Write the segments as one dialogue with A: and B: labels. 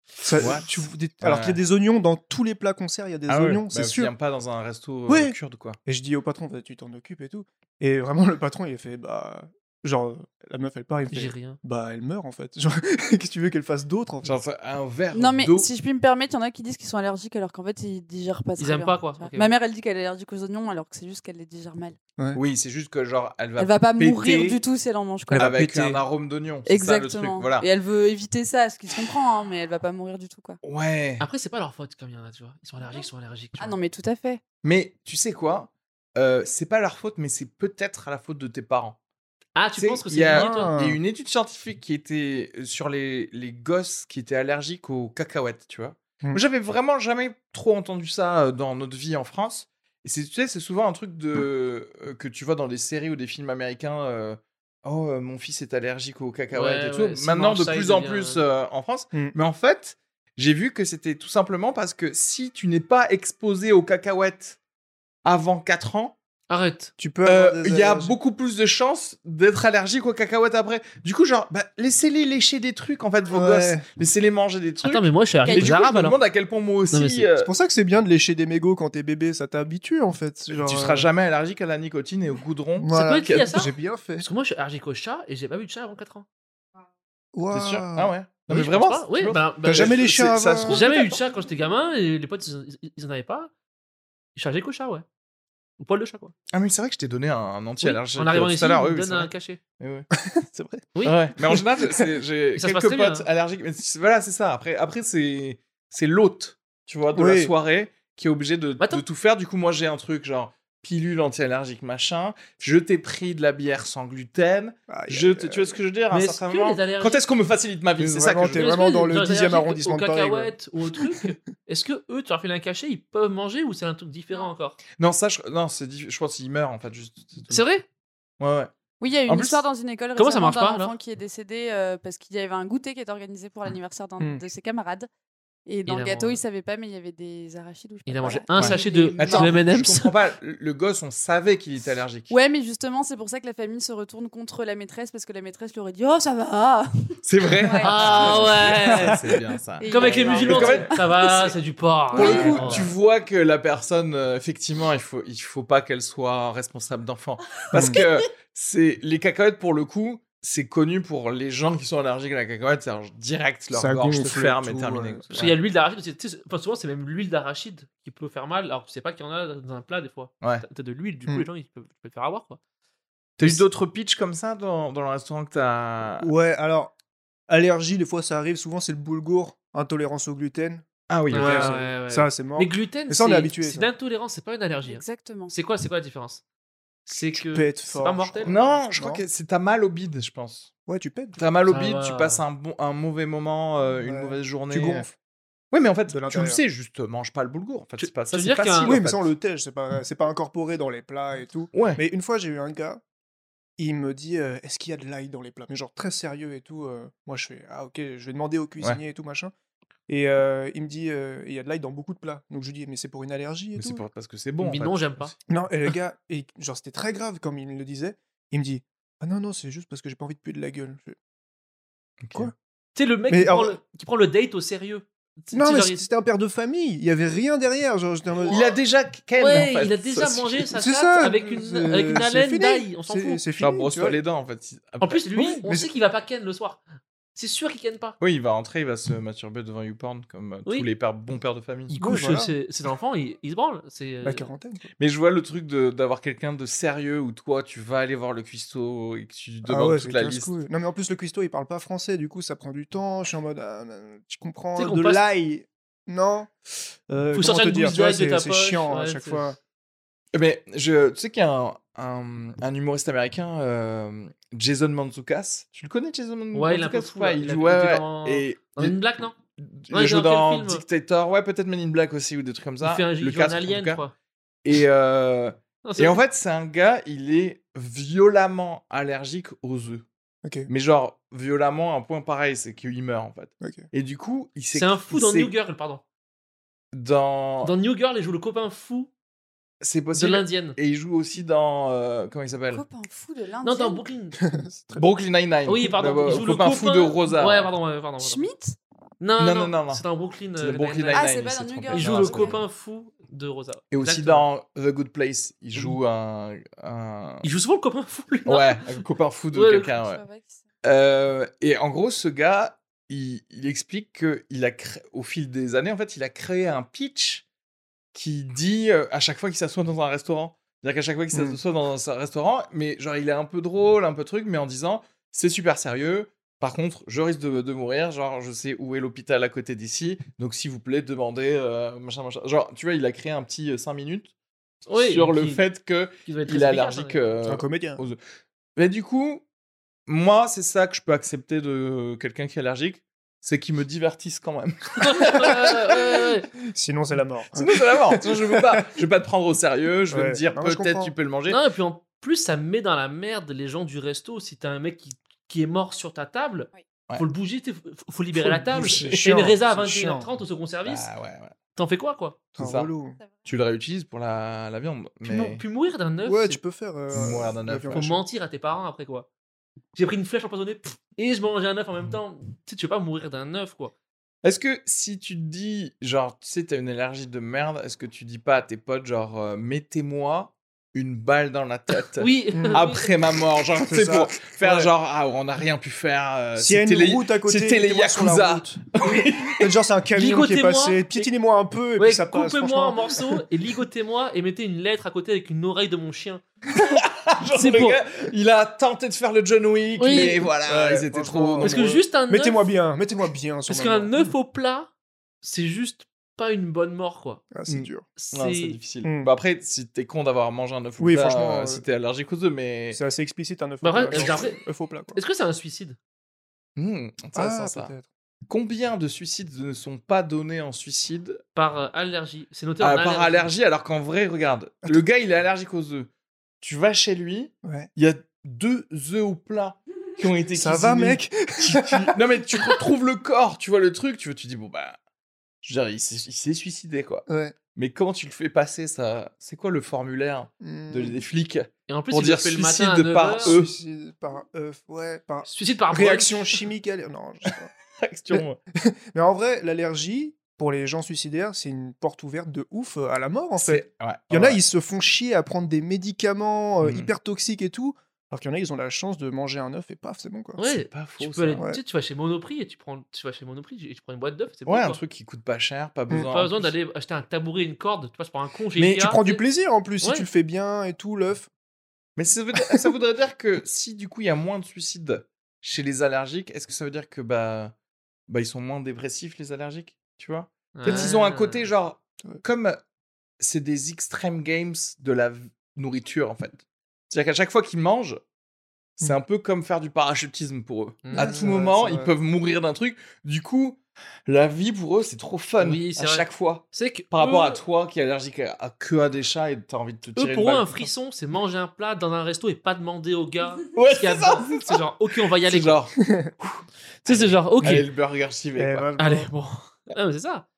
A: Ça-
B: What
A: tu- des- Alors
B: Ouais. Ah
A: qu'il y a
B: bah
A: des oignons dans tous les plats concerts, il y a des
C: Ah
A: oignons, c'est sûr.
B: viens pas dans un resto euh,
A: Ouais.
B: kurde, quoi.
A: Et je dis au patron, Bah, tu t'en occupes et tout. Et vraiment, le patron, il a fait, bah, genre, la meuf, elle part, il
C: J'ai
A: fait,
C: rien.
A: bah, elle meurt en fait. Genre, qu'est-ce que tu veux qu'elle fasse d'autre en fait
B: Genre, c'est un verre
D: Non, mais
B: d'eau.
D: si je puis me permettre, il y en a qui disent qu'ils sont allergiques alors qu'en fait ils digèrent pas.
C: Ils
D: très
C: aiment
D: bien,
C: pas, quoi.
D: tu vois.
C: Ok,
D: Ma
C: ouais.
D: mère elle dit qu'elle est allergique aux oignons alors que c'est juste qu'elle les digère mal.
B: Oui, c'est juste que, genre, elle va,
D: elle va pas
B: péter
D: mourir du tout si elle en mange quoi.
A: Elle va
B: avec
A: péter.
B: un arôme d'oignon. c'est ça, le
D: Exactement.
B: truc, voilà.
D: Et elle veut éviter ça, ce qui se comprend, hein, mais elle va pas mourir du tout quoi.
B: Ouais.
C: Ah. Après, c'est pas leur faute comme il y en a, tu vois. Ils sont allergiques, ils sont allergiques. tu
D: Ah
C: vois.
D: non, mais tout à fait.
B: Mais tu sais quoi euh, c'est pas leur faute, mais c'est peut-être à la faute de tes parents.
C: Ah, tu
B: C'est-
C: penses que
B: il y
C: c'est
B: a-
C: lié, toi
B: Il y a eu une étude scientifique qui était euh, sur les, les gosses qui étaient allergiques aux cacahuètes, tu vois.
A: Mm.
B: Moi, J'avais vraiment jamais trop entendu ça euh, dans notre vie en France. Et c'est, tu sais, c'est souvent un truc de, euh, que tu vois dans des séries ou des films américains. euh, oh, euh, mon fils est allergique aux cacahuètes
C: Ouais,
B: et tout.
C: ouais, s'il
B: Maintenant,
C: mange
B: de
C: ça, il
B: plus en
C: devient-
B: plus euh, en France.
A: Mm.
B: Mais en fait, j'ai vu que c'était tout simplement parce que si tu n'es pas exposé aux cacahuètes avant 4 ans,
C: Arrête.
A: Tu peux.
B: euh,
A: avoir des
B: il y a
A: allergies.
B: beaucoup plus de chances d'être allergique aux cacahuètes après. Du coup, genre, bah, laissez-les lécher des trucs, en fait, vos
A: Ouais.
B: gosses. Laissez-les manger des trucs.
C: Attends, mais moi, je suis
B: Et du
C: arrivé aux
B: coup, je
C: Arabes
B: me
C: alors.
B: demande à quel point moi aussi,
C: mais c'est-
B: euh,
A: C'est pour ça que c'est bien de lécher des mégots quand t'es bébé, ça t'habitue en fait. Genre,
B: tu
A: euh,
B: seras jamais allergique à la nicotine et au goudron.
A: voilà.
C: pas écrit à ça
A: J'ai bien fait.
C: Parce que moi, je suis allergique au chat et j'ai pas vu de chat avant 4 ans.
B: T'es
A: Waouh.
B: sûr Ah ouais. Non,
C: Oui,
B: Ah, mais
C: je
B: vraiment
C: pense pas.
B: tu
C: Oui,
B: vois,
C: bah, bah,
A: T'as jamais
B: c'est-
A: léché un
B: ça
A: avant euh
B: se
C: j'ai
B: trouve-
C: jamais eu de chat quand j'étais gamin et les potes, ils, ils- ils en avaient pas. Ils chargeaient qu'au chat, ouais. Au poil de chat, quoi.
B: Ah, mais c'est vrai que je t'ai donné un, un anti-allergique.
C: en arrivant
B: euh, tout
C: ici,
B: à l'heure, oui,
C: ils me
B: oui,
C: donnent
B: c'est
C: un
B: vrai.
C: cachet.
B: Oui, oui.
A: C'est vrai.
C: Oui.
B: Ouais. Mais en général, c'est- j'ai
C: Et ça se passe
B: quelques
C: très bien,
B: potes
C: hein.
B: allergiques. Mais c'est- voilà, c'est ça. Après, après c'est c'est l'hôte, tu vois, de la
A: Oui.
B: soirée qui est obligé de,
C: Bah, Attends.
B: de tout faire. Du coup, moi, j'ai un truc genre pilule anti-allergique, machin. Je t'ai pris de la bière sans gluten.
A: Aïe,
B: Je
A: aïe,
B: te-
A: aïe.
B: tu vois ce que je veux dire à un
C: Mais
B: certain
C: est-ce que
B: moment
C: les allergies-
B: Quand est-ce qu'on me facilite ma vie
A: Mais
B: C'est ça que
A: vraiment,
B: je
A: t'es
B: veux
C: Mais
B: dire.
C: est-ce que
A: vraiment dans le
C: les
A: 10e
C: allergiques
A: arrondissement
C: aux
A: de Paris, quoi.
C: cacahuètes ou au truc, est-ce que eux, tu leur fais un cachet, ils peuvent manger ou c'est un truc différent encore
B: Non, ça, je, non, c'est diff- je pense qu'il meurt en fait. Juste, c'est tout.
C: C'est vrai
B: Ouais, ouais.
D: Oui, il y a eu
B: En
D: une
B: plus-
D: histoire dans une école
C: Comment ça
D: récemment
C: marche pas,
D: d'un
C: alors
D: enfant qui est décédé euh, parce qu'il y avait un goûter qui était organisé pour l'anniversaire d'un
A: Hmm.
D: de ses camarades. Et dans
C: Il
D: le
C: a
D: gâteau,
C: mangé-
D: il savait pas, mais il y avait des arachides. ou je sais
C: Il
D: pas
C: a
D: quoi,
C: mangé
D: là.
C: un
D: Et
C: sachet
D: il est
C: de-
D: mort.
B: Attends,
C: Le M&M's.
B: je comprends pas. Le le gosse, on savait qu'il était allergique.
D: Ouais, mais justement, c'est pour ça que la famille se retourne contre la maîtresse parce que la maîtresse lui aurait dit Oh, ça va
B: C'est vrai.
D: Ouais.
C: Ah ouais.
B: C'est bien ça.
D: Et
C: Comme avec les
D: il a-
C: musulmans,
B: Mais quand même-
C: tu- ça va, c'est du porc.
B: Pour le
C: ouais,
B: coup,
C: ouais.
B: tu vois que la personne, euh, effectivement, il faut, il faut pas qu'elle soit responsable d'enfants. Parce que c'est les cacahuètes, pour le coup, c'est connu pour les gens qui sont allergiques à la cacahuète. C'est alors direct, leur
A: Ça
B: gorge se
A: gonfle et
B: ferme et
A: tout,
B: terminé.
A: ouais.
B: quoi.
C: Parce qu'il y a l'huile d'arachide, aussi, tu sais, enfin, souvent c'est même l'huile d'arachide qui peut faire mal, alors que tu sais pas qu'il y en a dans un plat des fois.
B: Ouais.
C: T'as- T'as de l'huile, du coup
A: Hmm.
C: les gens ils peuvent, tu peux te faire avoir quoi.
B: T'as eu d'autres pitchs comme ça dans, dans le restaurant que t'as.
A: Ouais, alors, allergie, des fois ça arrive, souvent c'est le boulgour, intolérance au gluten.
B: Ah oui,
A: Ouais,
B: ok.
A: ouais. Ça, c'est mort.
C: euh, Mais gluten,
A: Mais ça, on est
C: c'est-
A: habitué,
C: c'est
A: ça.
C: d'intolérance, c'est pas une allergie. hein.
D: Exactement.
C: C'est quoi, c'est quoi la différence C'est
A: Tu
C: que
A: pètes
C: c'est
A: fort,
C: pas
A: je
C: mortel.
B: Non, Ah je crois
A: Non.
B: que c'est t'as mal au bide, je pense.
A: Ouais, tu pètes.
B: T'as mal au
C: Ça
B: bide, tu
C: va.
B: passes un, bon, un mauvais moment, euh, une
A: Ouais.
B: mauvaise journée.
A: Tu gonfles.
B: Oui, mais en fait,
A: De
B: tu le
A: l'intérieur.
B: sais, juste mange pas le boulgour. En fait,
C: Tu-
B: c'est pas ça.
C: tu veux
B: C'est
C: dire qu'il y a un-
B: facile.
A: Oui,
B: en
A: mais ça,
B: fait.
A: on le tège, c'est pas, c'est pas incorporé dans les plats et tout.
B: Ouais.
A: Mais une fois, j'ai eu un gars, il me dit euh, Est-ce qu'il y a de l'ail dans les plats Mais genre très sérieux et tout. euh, moi, je fais Ah, ok, je vais demander au cuisinier et tout, machin. Et euh, il me dit euh, Il y a de l'ail dans beaucoup de plats. Donc je lui dis Mais c'est pour une allergie et
B: Mais
A: tout.
B: c'est pour- parce que c'est bon.
C: Mais
B: en fait.
C: non, j'aime pas.
A: Non, et le gars, et, genre c'était très grave comme il le disait. Il me dit Ah non, non, c'est juste parce que j'ai pas envie de puer de la gueule. Je fais,
B: Ok.
A: Quoi
C: Tu sais, le mec
A: Mais
C: qui, prend
A: alors-
C: le, qui prend le date au sérieux. Tu-
A: non,
C: tu
A: mais
C: sais, genre,
A: c'était un père de famille. Il y avait rien derrière. Genre, j'étais en mode-
B: Il a déjà ken.
C: il- ouais,
B: en fait.
C: il a déjà
B: Ça,
C: mangé sa
A: C'est
C: chatte
A: ça,
C: avec une,
A: c'est-
C: avec une
A: c'est
C: haleine
A: fini.
C: d'ail, on s'en
A: C'est
C: fout.
A: c'est
B: Genre,
A: fini. tu
B: brosse-toi
A: vois.
B: les dents en fait.
C: En plus, lui,
A: Oui,
C: on
A: mais
C: sait qu'il va pas ken le soir. C'est sûr qu'il ken pas.
B: Oui, il va rentrer, il va se masturber devant YouPorn comme euh,
C: Oui.
B: tous les pères- bons pères de famille.
C: Il
A: Oui,
C: couche
A: voilà.
C: ses, ses enfants, il, il se branle. C'est, euh,
B: Bah,
A: La quarantaine. quoi.
B: Mais je vois le truc de- d'avoir quelqu'un de sérieux où toi tu vas aller voir le cuistot et que tu lui demandes
A: Ah ouais,
B: toute
A: c'est
B: la
A: casse-couille.
B: liste.
A: Non, mais en plus, le cuistot, il parle pas français, du coup, ça prend du temps. Je suis en mode, ah, euh, tu comprends,
C: Tu sais qu'on
A: de
C: passe-
A: l'ail. Non. Euh,
C: Faut
A: comment
C: sortir
A: te
C: une
A: dire,
C: bouse
A: tu vois,
C: d'ail de
A: c'est-
C: ta
A: C'est
C: poche,
A: chiant à
C: ouais,
A: chaque
C: c'est-
A: fois.
B: Mais je, tu sais qu'il y a un, un- un humoriste américain, euh, Jason Mantzoukas. Tu le connais, Jason Mantzoukas
C: Ouais, il est un peu
B: ou
C: fou,
B: pas
C: là.
B: Il
C: Il a
B: joue ouais,
C: été
B: ouais,
C: dans-
B: et
C: Dans
B: il-
C: une blague, non
B: il
C: Ouais, il est
B: joue
C: dans
B: dans
C: quel film euh
B: Dictator, ouais, peut-être Men in Black aussi ou des trucs comme ça.
C: Il fait un, il
B: le
C: joue un
B: 4, en tout
C: alien,
B: cas.
C: quoi.
B: Et, euh,
C: Non, c'est-
B: et en fait, c'est un gars, il est violemment allergique aux œufs.
A: Ok,
C: Euh,
B: Mais genre, violemment, un point pareil, c'est qu'il meurt en fait.
A: ok.
B: Et du coup, il s'est.
C: c'est un fou
B: il
C: dans
B: s'est-
C: New Girl, pardon.
B: Dans.
C: Dans New Girl, il joue le copain fou
B: Oh. C'est
C: de
B: possible.
C: l'indienne.
B: Et il joue aussi dans. euh, comment il s'appelle
D: Copain fou de l'Inde.
C: Non, dans Brooklyn.
A: C'est très-
B: Brooklyn Nine-Nine.
C: Oui, pardon.
B: D'abord,
C: Il joue le
B: copain
C: copain
B: fou de Rosa.
C: Ouais, pardon, ouais, pardon. pardon.
D: Schmidt
C: Non,
B: Non,
C: non,
B: non,
C: non,
B: non, non.
C: C'est dans Brooklyn.
B: C'est
C: euh,
B: le Brooklyn
C: Nine-Nine.
B: Nine-Nine.
D: Ah, c'est
B: il
D: pas dans
B: s'est
D: New
B: trompé.
D: Girl.
C: Il joue
B: Non,
C: le
B: c'est pas-
C: copain fou de Rosa.
B: Et aussi
C: Exactement.
B: dans The Good Place, il joue un. un-
C: Il joue souvent le copain fou, lui. non
B: Ouais, un copain fou de
C: Ah Ouais, le
B: quelqu'un,
D: Je
B: ouais.
D: vois pas qui c'est.
B: Euh, et en gros, ce gars, il, il explique que il a cré- au fil des années, en fait, il a créé un pitch qui dit euh, à chaque fois qu'il s'assoit dans un restaurant. C'est-à-dire qu'à chaque fois qu'il
A: Mm.
B: s'assoit dans un restaurant, mais genre, il est un peu drôle, un peu truc, mais en disant c'est super sérieux. Par contre, je risque de, de mourir. Genre, je sais où est l'hôpital à côté d'ici. Donc, s'il vous plaît, demandez. euh, machin, machin. Genre, tu vois, il a créé un petit 5 minutes
C: Oui,
B: sur le
C: qui-
B: fait que
C: qui doit être
B: il est
C: efficace,
B: allergique.
C: hein,
A: C'est
B: euh,
A: un comédien.
B: aux- Mais du coup, moi, c'est ça que je peux accepter de quelqu'un qui est allergique, c'est qu'il me divertisse quand même.
C: d'ailleurs. Ouais, ouais, ouais.
A: Sinon, c'est la mort.
B: Sinon, c'est la mort. Sinon, je veux pas, je veux pas te prendre au sérieux. Je veux
A: Ouais.
B: me dire
A: Non, mais je
B: peut-être
A: comprends.
B: tu peux le manger.
C: Non, et puis en plus, ça met dans la merde les gens du resto. Si t'as un mec qui, qui est mort sur ta table,
D: Oui.
C: faut le bouger, t'es- faut, faut libérer
A: Faut
C: la
A: le
C: table.
A: bouger,
C: T'es
A: chiant,
C: une résa à
A: c'est chiant.
C: 21h30 au second service,
B: Bah, ouais, ouais.
C: t'en fais quoi, quoi
B: c'est
A: Un
B: ça.
A: relou.
B: Tu le réutilises pour la, la viande.
C: puis,
B: mais-
C: mou- puis mourir d'un œuf,
A: Ouais,
C: c'est-
A: tu peux faire. euh,
B: Mourir d'un
A: la
B: œuf,
A: viande.
C: faut mentir à tes parents après, quoi. J'ai pris une flèche empoisonnée pff, et je mangeais un œuf en même temps. Tu sais, tu veux pas mourir d'un œuf, quoi.
B: Est-ce que si tu te dis, genre, tu sais, t'as une allergie de merde, est-ce que tu dis pas à tes potes, genre, euh, mettez-moi une balle dans la tête
C: Oui.
A: Mm.
C: oui.
B: après ma mort, genre,
A: C'est
B: c'est
A: ça.
B: pour faire
A: Ouais.
B: genre, ah, on n'a rien pu faire. euh,
A: S'il y a une
B: c'était les-
A: route à côté,
B: c'était les
A: mettez-moi sur la
B: Yakuza.
A: route. Peut-être Genre, c'est un camion qui est
C: Ligotez-moi.
A: passé. Piétinez-moi un peu et
C: Ouais,
A: puis ça passe.
C: coupez-moi en
A: franchement.
C: morceaux et ligotez-moi et mettez une lettre à côté avec une oreille de mon chien.
B: Genre,
C: C'est
B: le
C: pour-
B: gars, il a tenté de faire le John Wick,
C: Oui.
B: mais voilà,
A: Ouais,
B: ils étaient trop.
A: franchement.
B: nombreux.
C: Parce que juste un œuf,
A: euh, Mettez-moi bien, mettez-moi bien. sur
C: parce
A: ma
C: qu'un
A: main.
C: œuf au plat, c'est juste pas une bonne mort, quoi.
A: Ah, c'est
B: Mm.
A: dur.
B: Non, c'est
C: C'est
B: difficile.
A: Mm.
B: Bah après, si t'es con d'avoir mangé un œuf au
A: Oui,
B: plat,
A: franchement,
B: euh,
A: euh,
B: si t'es allergique aux œufs, mais.
A: C'est assez explicite un œuf
C: Bah,
A: au plat.
C: après,
A: genre,
C: après-
A: œuf au plat. quoi.
C: Est-ce que c'est un suicide
B: Hmm, intéressant,
A: Ah,
B: ça.
A: peut-être.
B: Combien de suicides ne sont pas donnés en suicide
C: par euh, allergie C'est noté en
B: à-
C: allergie.
B: Ah, par allergie, alors qu'en vrai, regarde, le gars, il est allergique aux œufs. Tu vas chez lui,
A: Ouais.
B: il y a deux œufs au plat qui ont été
A: Ça va,
B: cuisinés.
A: mec
B: Tu- tu- Non, mais tu retrouves le corps, tu vois le truc, tu, tu dis, bon, bah. Je veux dire, il s'est il s'est suicidé, quoi.
A: Ouais.
B: Mais comment tu le fais passer, ça C'est quoi le formulaire
A: Hmm.
B: de-
A: Mmh.
B: des flics
C: Et en plus,
B: Pour
C: il
B: dire
C: le fait le
B: suicide
C: matin à 9
B: par
C: heures.
B: œuf.
A: Suicide par œuf, ouais, par
C: Suicide Euh, par
A: réaction chimique. allez- Non, je sais pas.
B: Action.
A: Mais en vrai, l'allergie, pour les gens suicidaires, c'est une porte ouverte de ouf euh, à la mort, en fait.
B: C'est- ouais,
A: Il y en a,
B: ouais.
A: ils se font chier à prendre des médicaments euh,
C: Mmh.
B: Mm.
A: hyper toxiques et tout, alors qu'il y en a, ils ont la chance de manger un œuf et paf, c'est bon, quoi.
C: brûlée.
B: C'est
C: Ouais.
B: pas
C: Tu
B: faux.
C: peux
B: ça.
C: aller-
A: ouais.
C: tu, sais, tu vas chez Monoprix et tu prends, tu vas chez Monoprix et tu prends une boîte d'œufs. c'est bon,
B: Ouais, un
C: quoi.
B: truc qui coûte pas cher,
A: Mmh,
B: pas besoin.
C: Pas
B: en
C: besoin
B: plus.
C: d'aller acheter un tabouret, une corde. Tu vois, je prends un con chez
B: Mais
C: Ikea,
A: Tu prends du
C: sais.
A: plaisir en plus si
C: Ouais.
A: tu le fais bien et tout, l'œuf.
B: Mais ça, veut dire- ça voudrait dire que si du coup il y a moins de suicides chez les allergiques, est-ce que ça veut dire que bah, bah ils sont moins dépressifs les allergiques, tu vois Peut-être qu'ils ont un
C: Ah.
B: côté genre
A: Ouais.
B: comme euh, c'est des extreme games de la v- nourriture en fait. C'est-à-dire qu'à chaque fois qu'ils mangent, c'est
A: Mm.
B: un peu comme faire du parachutisme pour eux.
C: Mm.
B: À
C: Mmh. Ouais,
B: tout
A: c'est vrai,
B: moment,
A: c'est
B: ils
A: vrai.
B: peuvent mourir d'un truc. Du coup, la vie pour eux, c'est trop fun
C: Oui, c'est
B: à
C: vrai.
B: chaque fois.
C: C'est que
B: Par rapport
C: eux-
B: à toi qui est allergique à, à que à des chats et t'as envie de te tirer
C: Eux,
B: une
C: pour eux,
B: balle.
C: un frisson, c'est manger un plat dans un resto et pas demander au gars.
B: Ouais,
C: ce qu'il y a
B: c'est ça,
C: dedans. C'est genre, ok, on va y
B: c'est
C: aller. quoi.
B: genre,
C: Tu sais, c'est genre, ok,
B: allez, le burger s'y va,
A: Eh,
B: quoi.
A: va-
C: allez, bon. Non, mais c'est ça.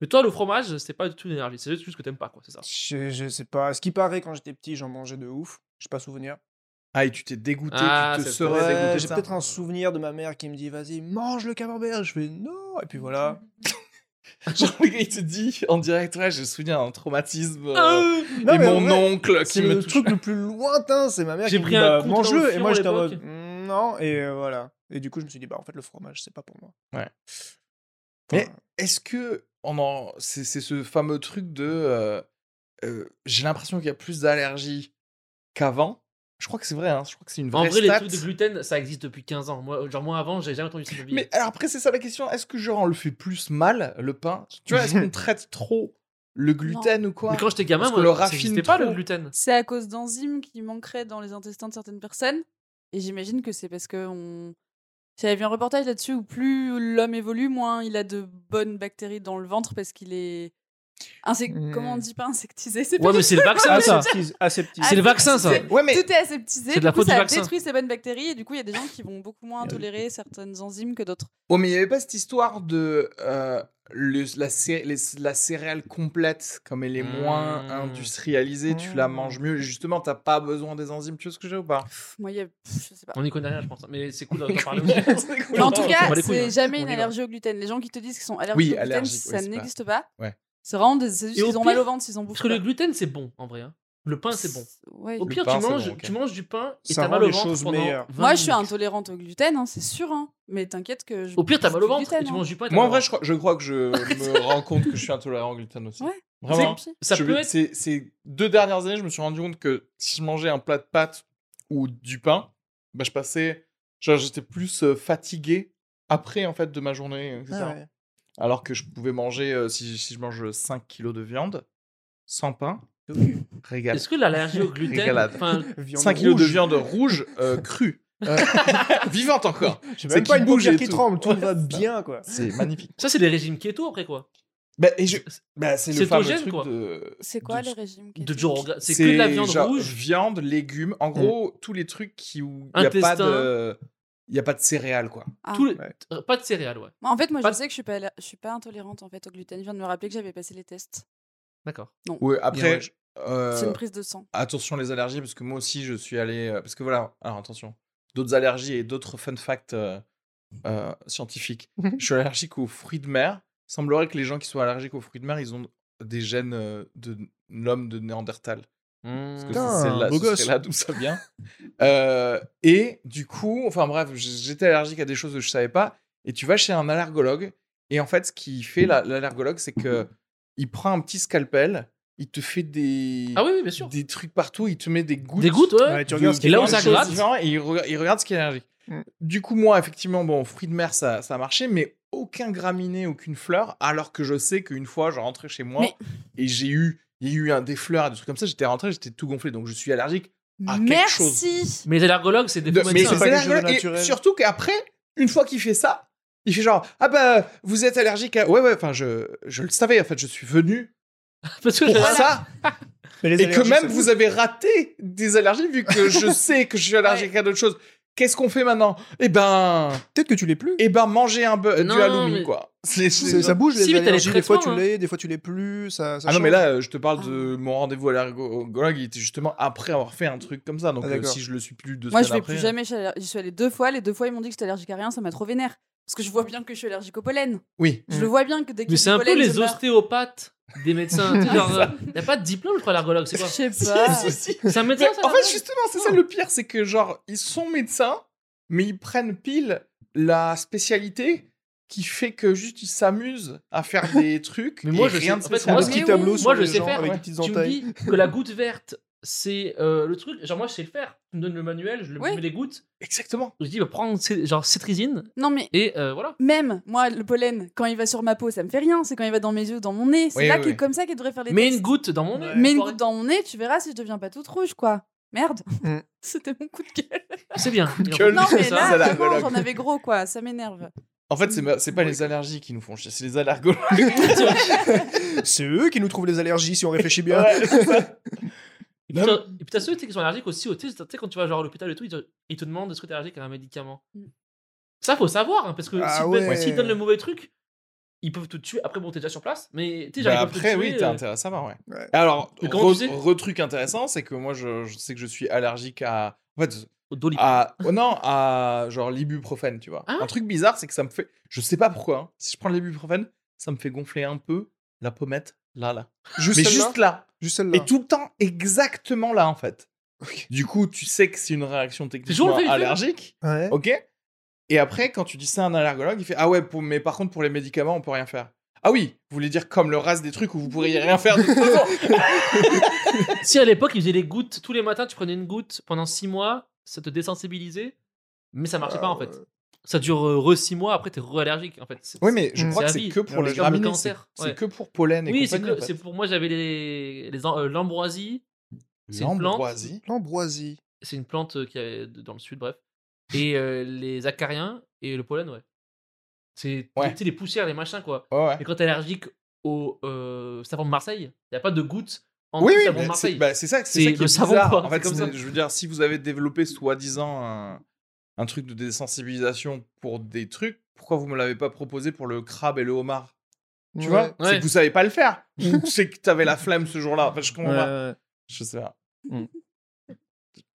C: Mais toi, le fromage, c'est pas du tout une énergie. C'est juste que t'aimes pas, quoi. C'est ça.
A: Je, je sais pas. À Ce qui paraît, quand j'étais petit, j'en mangeais de ouf. J'ai pas souvenir.
B: Ah, et tu t'es dégoûté,
C: Eh Ah,
B: tu te
C: c'est
B: serais
C: vrai,
B: dégoûté.
C: dégoûté,
A: J'ai
B: ça.
A: peut-être un souvenir de ma mère qui me dit vas-y mange le camembert. Je fais non et puis voilà.
B: Genre, le gars, il te dit en direct, ouais, je me souviens d'un traumatisme. euh,
C: Ah,
A: Non,
B: et
A: mais
B: mon
A: en vrai,
B: oncle qui
A: C'est
B: me
A: le
B: touche.
A: truc le plus lointain, c'est ma mère
C: J'ai
A: qui me
C: pris
A: dit
C: un coup
A: bah,
C: dans le
A: mange-le et
C: fion
A: moi
C: à
A: j'étais en mode
C: l'époque.
A: Mm, non et euh, voilà. Et du coup je me suis dit bah en fait le fromage c'est pas pour moi.
B: Ouais.
A: Enfin,
B: Mais- Est-ce que on en... c'est c'est ce fameux truc de. euh, euh, J'ai l'impression qu'il y a plus d'allergies qu'avant. Je crois que c'est vrai, hein, je crois que c'est une
C: En
B: vraie
C: vrai, les
B: stat.
C: trucs de gluten, ça existe depuis 15 ans. Moi, genre, moi avant, j'avais jamais entendu ça de ma vie.
B: Mais alors après, c'est ça la question. Est-ce que genre on le fait plus mal, le pain Tu vois, est-ce qu'on traite trop le gluten ou quoi
C: Mais quand j'étais gamin,
B: euh, Parce
C: moi,
B: qu'on le
C: ça
B: raffine
C: n'existait pas
B: trop.
C: le gluten.
D: C'est à cause d'enzymes qui manqueraient dans les intestins de certaines personnes. Et j'imagine que c'est parce que on... J'avais vu un reportage là-dessus où plus l'homme évolue, moins il a de bonnes bactéries dans le ventre parce qu'il est... insec-
A: Hmm.
D: Comment on dit pas insectisé c'est
C: Ouais,
D: pas-
C: mais c'est le
A: ah,
C: vaccin, ça.
A: aseptise, aseptise.
C: ah, C'est le vaccin, ça.
B: Ouais, mais
D: Tout est aseptisé,
C: C'est de
D: du
C: la
D: coup
C: faute du
D: ça
C: vaccin. Ah
D: détruit ces bonnes bactéries et du coup il y a des gens qui vont beaucoup moins
B: oui.
D: tolérer certaines enzymes que d'autres.
B: Oh, mais il n'y avait pas cette histoire de euh, le- la, cé- les- la céréale complète, comme elle est moins
C: Mmh.
B: industrialisée, tu la
A: Mmh.
B: manges mieux. et Justement, t'as pas besoin des enzymes. Tu vois ce que j'ai ou pas
D: Pff, moi il y a... pff, je sais pas.
C: On y connaît rien, je pense. hein. Mais c'est cool d'en parler aussi.
D: Mais en
A: Ah,
D: tout
C: on
D: cas,
C: s'en bat les couilles,
D: c'est
C: hein.
D: jamais une
A: On y va.
D: allergie au gluten. Les gens qui te disent qu'ils sont allergiques
B: Oui,
D: au gluten,
B: allergique, oui,
D: ça
B: c'est pas-
D: n'existe pas.
B: Ouais.
D: C'est vraiment des... c'est juste
C: Et au
D: qu'ils ont mal
C: pire,
D: au ventre, ils ont bouffé.
C: Parce que le gluten, c'est bon, en vrai. hein. Le pain, c'est bon.
D: Ouais.
C: Au
B: Le
C: pire,
B: pain,
C: tu,
B: c'est
C: manges,
B: bon, ok.
C: tu manges du pain et
A: Ça
C: t'as
A: rend
C: mal au
A: les
C: ventre
A: choses
C: pendant
A: meilleures.
C: 20
D: Moi, je suis
C: minutes.
D: intolérante au gluten, hein, c'est sûr. hein. Mais t'inquiète que je.
C: Au pire, t'as
D: bouffe
C: mal
D: du
C: au ventre
D: gluten,
C: et tu
D: hein.
C: manges du pain. et t'as
B: Moi, en
C: mal au
B: vrai, je crois, je crois que je me rends compte que je suis intolérant au gluten aussi.
D: Ouais.
B: Vraiment.
D: C'est-
C: ventre. Ça
B: Je-
C: peut être.
B: ces, ces deux dernières années, je me suis rendu compte que si je mangeais un plat de pâtes ou du pain, bah, je passais. Genre, j'étais plus euh, fatigué après, en fait, de ma journée, etc.
A: Ah ouais.
B: Alors que je pouvais manger, euh, si, si je mange 5 kilos de viande, sans pain, Régale.
C: Est-ce que l'allergie au gluten,
B: Régalade.
C: enfin,
A: Viande
B: 5 kilos de
A: rouge.
B: viande rouge euh, crue. Euh, vivante encore.
A: J'ai
B: c'est
A: même pas
B: qui
A: une
B: bouge et
A: bougie qui
B: tout.
A: tremble, tout
B: Ouais,
A: va
B: c'est ça.
A: bien quoi.
B: C'est magnifique.
C: ça c'est des régimes keto après quoi.
B: Bah, et je- bah, c'est le
C: C'est
B: fameux
C: autogène,
B: truc
C: quoi.
B: de.
D: C'est quoi
B: de-
D: le régime keto
C: De Joe Rogan, c'est que de la viande
B: genre
C: rouge. Mm.
B: Viande, légumes, en gros, tous les trucs qui où il n'y a pas
C: Intestin.
B: de. Il n'y a pas de céréales, quoi.
D: Ah.
C: Tous les-
A: Ouais.
C: euh, Pas de céréales, ouais.
D: Moi, En fait, moi,
C: Pas
D: je sais que je suis pas, aller- je suis pas intolérante en fait au gluten. Je viens de me rappeler que j'avais passé les tests.
C: D'accord.
B: Ouais, après,
A: ouais, je-
B: euh,
D: C'est une prise de sang.
B: attention les allergies, parce que moi aussi, je suis allé. euh, Parce que voilà, alors attention, d'autres allergies et d'autres fun facts euh, euh, scientifiques. je suis allergique aux fruits de mer. Il semblerait que les gens qui sont allergiques aux fruits de mer, ils ont des gènes euh, de l'homme de Néandertal. Parce que
A: Putain,
B: c'est là,
A: beau
B: ce serait
A: gosse.
B: là d'où ça vient. Euh, et du coup, enfin bref, j- j'étais allergique à des choses que je savais pas. Et tu vas chez un allergologue. Et en fait, ce qu'il fait, la- l'allergologue, c'est que il prend un petit scalpel, il te fait des,
C: Ah oui, oui, bien sûr.
B: des trucs partout, il te met des gouttes.
C: Des gouttes, ouais.
A: Ouais, tu regardes ce
C: Et
A: qu'il
C: là où
A: mange.
C: ça
B: des choses
C: gratte.
B: différentes, Et il, rega- il regarde ce qui est allergique.
A: Mm.
B: Du coup, moi, effectivement, bon, fruits de mer, ça, ça a marché, mais aucun graminé, aucune fleur, alors que je sais qu'une fois, je rentrais chez moi
D: Mais-
B: et j'ai eu, il y a eu un, des fleurs, des trucs comme ça, j'étais rentré, j'étais tout gonflé, donc je suis allergique. à quelque
D: Merci.
C: Mais les allergologues, c'est des
B: De-
C: faux
B: mais
C: médecins.
B: c'est
A: pas quelque chose de
B: allergique, et
A: naturel.
B: surtout qu'après, une fois qu'il fait ça, il fait genre, ah bah, vous êtes allergique à. Ouais, ouais, enfin, je, je le savais, en fait, je suis venu
C: Parce que
B: pour
C: j'avais-
B: ça.
A: Mais les
B: Et que
A: allergies,
B: même
A: ça-
B: vous avez raté des allergies vu que je sais que je suis allergique à d'autres choses. Qu'est-ce qu'on fait maintenant Eh ben,
A: Peut-être que tu l'es plus.
B: eh ben manger un bœuf-
C: Non,
B: du halloumi
C: mais-
B: quoi. C'est- c'est-
A: Ça, ça bouge les
C: Si, mais t'as les
A: allergies. Des fois tu
C: traitements, hein.
A: l'es, des fois tu l'es plus. Ça, ça
B: Ah non
A: change.
B: mais là euh, je te parle
C: Ah.
B: de mon rendez-vous à l'ergologue, il était justement après avoir fait un truc comme ça. Donc
A: Ah,
B: euh,
A: d'accord.
B: si je le suis plus deux
D: Moi, je
B: semaines
D: vais
B: après.
D: plus jamais. chez aller- J'y suis allée deux fois. Les deux fois, ils m'ont dit que j'étais allergique à rien. Ça m'a trop vénère. Parce que je vois bien que je suis allergique au pollen.
B: euh, Oui.
D: Je le vois bien que dès que
C: Mais
D: j'ai
C: c'est
D: du
C: un peu
D: pollen,
C: les
D: je meurs.
C: ostéopathes des médecins. tu sais, genre, euh, y a pas de diplôme, je crois, l'ergologue, c'est
D: Je
C: quoi
D: sais
B: Si,
D: pas.
B: si, si.
C: C'est un
B: Mais
C: médecin, ça
B: en fait
C: l'ergologue
B: justement c'est ça le pire, c'est que genre ils sont médecins mais ils prennent pile la spécialité qui fait que juste ils s'amusent à faire des trucs.
C: Mais moi,
B: et
C: je
B: rien
C: sais-
B: de
C: en fait,
B: spécial.
A: Un
C: moi,
A: petit
C: mais
A: tableau
C: oui,
A: sur
C: moi, je
A: les
C: sais
A: gens
C: faire,
A: avec
C: ouais.
A: des petites
C: Tu me
A: entailles.
C: dis que la goutte verte, c'est euh, le truc. Genre, moi, je sais le faire. Tu me donnes le manuel, je le
D: Oui.
C: mets les gouttes.
B: Exactement.
C: Je dis, bah, prends cé- genre cétrizine
D: Non, mais
C: et euh, voilà.
D: même moi, le pollen, quand il va sur ma peau, ça me fait rien. C'est quand il va dans mes yeux, dans mon nez. C'est
B: Oui,
D: là
B: oui,
D: que
B: oui.
D: comme ça qu'il devrait faire les
C: Mets
D: tests.
C: une goutte dans mon nez.
D: Mets une
C: Forêt.
D: goutte dans mon nez. Tu verras si je deviens pas toute rouge, quoi. Merde.
A: Mm.
D: C'était mon coup de gueule.
C: C'est bien. Il
B: gueule.
D: Non,
C: reprend
D: mais
B: Ça,
C: ça.
B: c'est
D: là, vraiment,
B: l'alcoologue.
D: j'en avais gros, quoi. Ça m'énerve.
B: En fait, c'est
C: Mm.
B: ma- c'est pas les allergies qui nous font chier, c'est les allergologues.
A: C'est eux qui nous trouvent les allergies si on réfléchit bien.
C: Et puis, t'as- et puis t'as ceux tu sais, qui sont allergiques aussi au tu sais, tu sais, quand tu vas genre à l'hôpital et tout, ils te, ils te demandent est-ce que t'es allergique à un médicament.
D: Mm.
C: Ça faut savoir, hein, parce que
A: Ah
C: s'ils te-
A: ouais.
C: s'ils te donnent le mauvais truc, ils peuvent te tuer. Après, bon, t'es déjà sur place, mais tu sais, genre,
B: Bah
C: ils peuvent te
B: après, oui,
C: tuer,
B: t'as
C: euh,
B: intérêt à savoir, ouais.
A: Ouais.
B: Alors,
C: Mais comment tu sais
B: retruc intéressant, c'est que moi, je, je sais que je suis allergique à. En fait,
C: au Dolly.
B: à. oh non, à genre l'ibuprofène, tu vois.
C: Ah.
B: un truc bizarre, c'est que ça me fait. Je sais pas pourquoi. hein. Si je prends l'ibuprofène, ça me fait gonfler un peu la pommette, là, là.
A: Juste
B: Mais
A: celle-là.
B: juste là.
A: Juste celle-là.
B: Et tout le temps, exactement là, en fait. Du coup, tu sais que c'est une réaction
C: toujours le
B: techniquement
C: fait, il fait, là.
B: allergique.
A: Ouais.
B: Ok Et après, quand tu dis ça à un allergologue, il fait Ah ouais, pour- mais par contre, pour les médicaments, on peut rien faire. Ah oui, vous voulez dire comme le reste des trucs où vous pourriez rien faire de toute façon.
C: Si à l'époque ils faisaient les gouttes tous les matins, tu prenais une goutte pendant 6 mois, ça te désensibilisait, mais ça marchait pas
B: Ah
C: en fait. Ça dure euh, re 6 mois, après t'es re allergique en fait. C'est-
B: Oui, mais je
A: Mm.
B: crois que
C: C'est
B: c'est
C: la vie.
B: que pour
C: Non,
B: les
C: c'est comme le
B: graminées. C'est
C: cancer,
B: c'est
C: ouais.
B: que pour pollen et
C: Oui, c'est
B: compagnie.
C: que-
B: en fait.
C: c'est pour moi j'avais les, les am- euh, l'ambroisie, c'est une plante.
B: L'ambroisie.
A: L'ambroisie.
C: c'est une plante euh, qui est dans le sud, bref. Et euh, les acariens et le pollen, ouais. C'est
B: Ouais.
C: tu sais, les poussières, les machins, quoi.
B: Ouais, ouais.
C: Et quand t'es allergique au euh, savon de Marseille, il n'y a pas de goutte en
B: Oui,
C: dessous du
B: oui,
C: savon de
B: mais c'est
C: Marseille.
B: bah, c'est ça, c'est
C: C'est
B: ça qui
C: le
B: est
C: savon,
B: bizarre.
C: quoi.
B: En
C: C'est
B: fait,
C: comme
B: c'est-
C: ça.
B: je veux dire, si vous avez développé soi-disant un, un truc de désensibilisation pour des trucs, pourquoi vous me l'avez pas proposé pour le crabe et le homard Tu
A: Ouais.
B: vois
A: Ouais,
B: C'est que vous savez pas le faire. Ou c'est que t'avais la flemme ce jour-là. Enfin, je comprends pas.
A: ouais.
B: Je sais pas.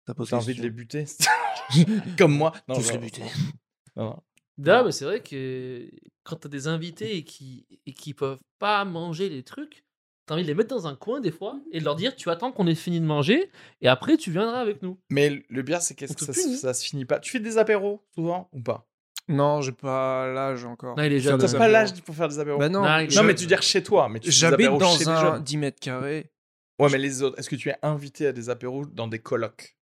A: Ça pose
B: J'ai envie de
A: question.
B: les buter. Comme moi. Non,
A: Tous
B: je-
A: les buter.
B: Non, non.
C: Là, mais c'est vrai que quand t'as des invités et qui et qui peuvent pas manger les trucs, t'as envie de les mettre dans un coin des fois et de leur dire tu attends qu'on ait fini de manger et après tu viendras avec nous.
B: Mais le bien, c'est qu'est-ce
C: On
B: que
C: te
B: ça, se-
C: punit.
B: ça se finit pas Tu fais des apéros souvent ou pas
A: Non, j'ai pas l'âge encore.
C: Non, il est
A: Faire
C: jeune.
A: des
B: T'as
C: Des
B: pas
A: apéros.
B: l'âge pour faire des apéros
A: Bah non.
C: Non, il est
A: je-
B: Non, mais tu veux dire chez toi. Mais tu fais des
A: J'habite
B: apéros chez
A: dans
B: des
A: un
B: jeunes.
A: 10 mètres carrés.
B: Ouais, mais les autres, est-ce que tu es invité à des apéros dans des colloques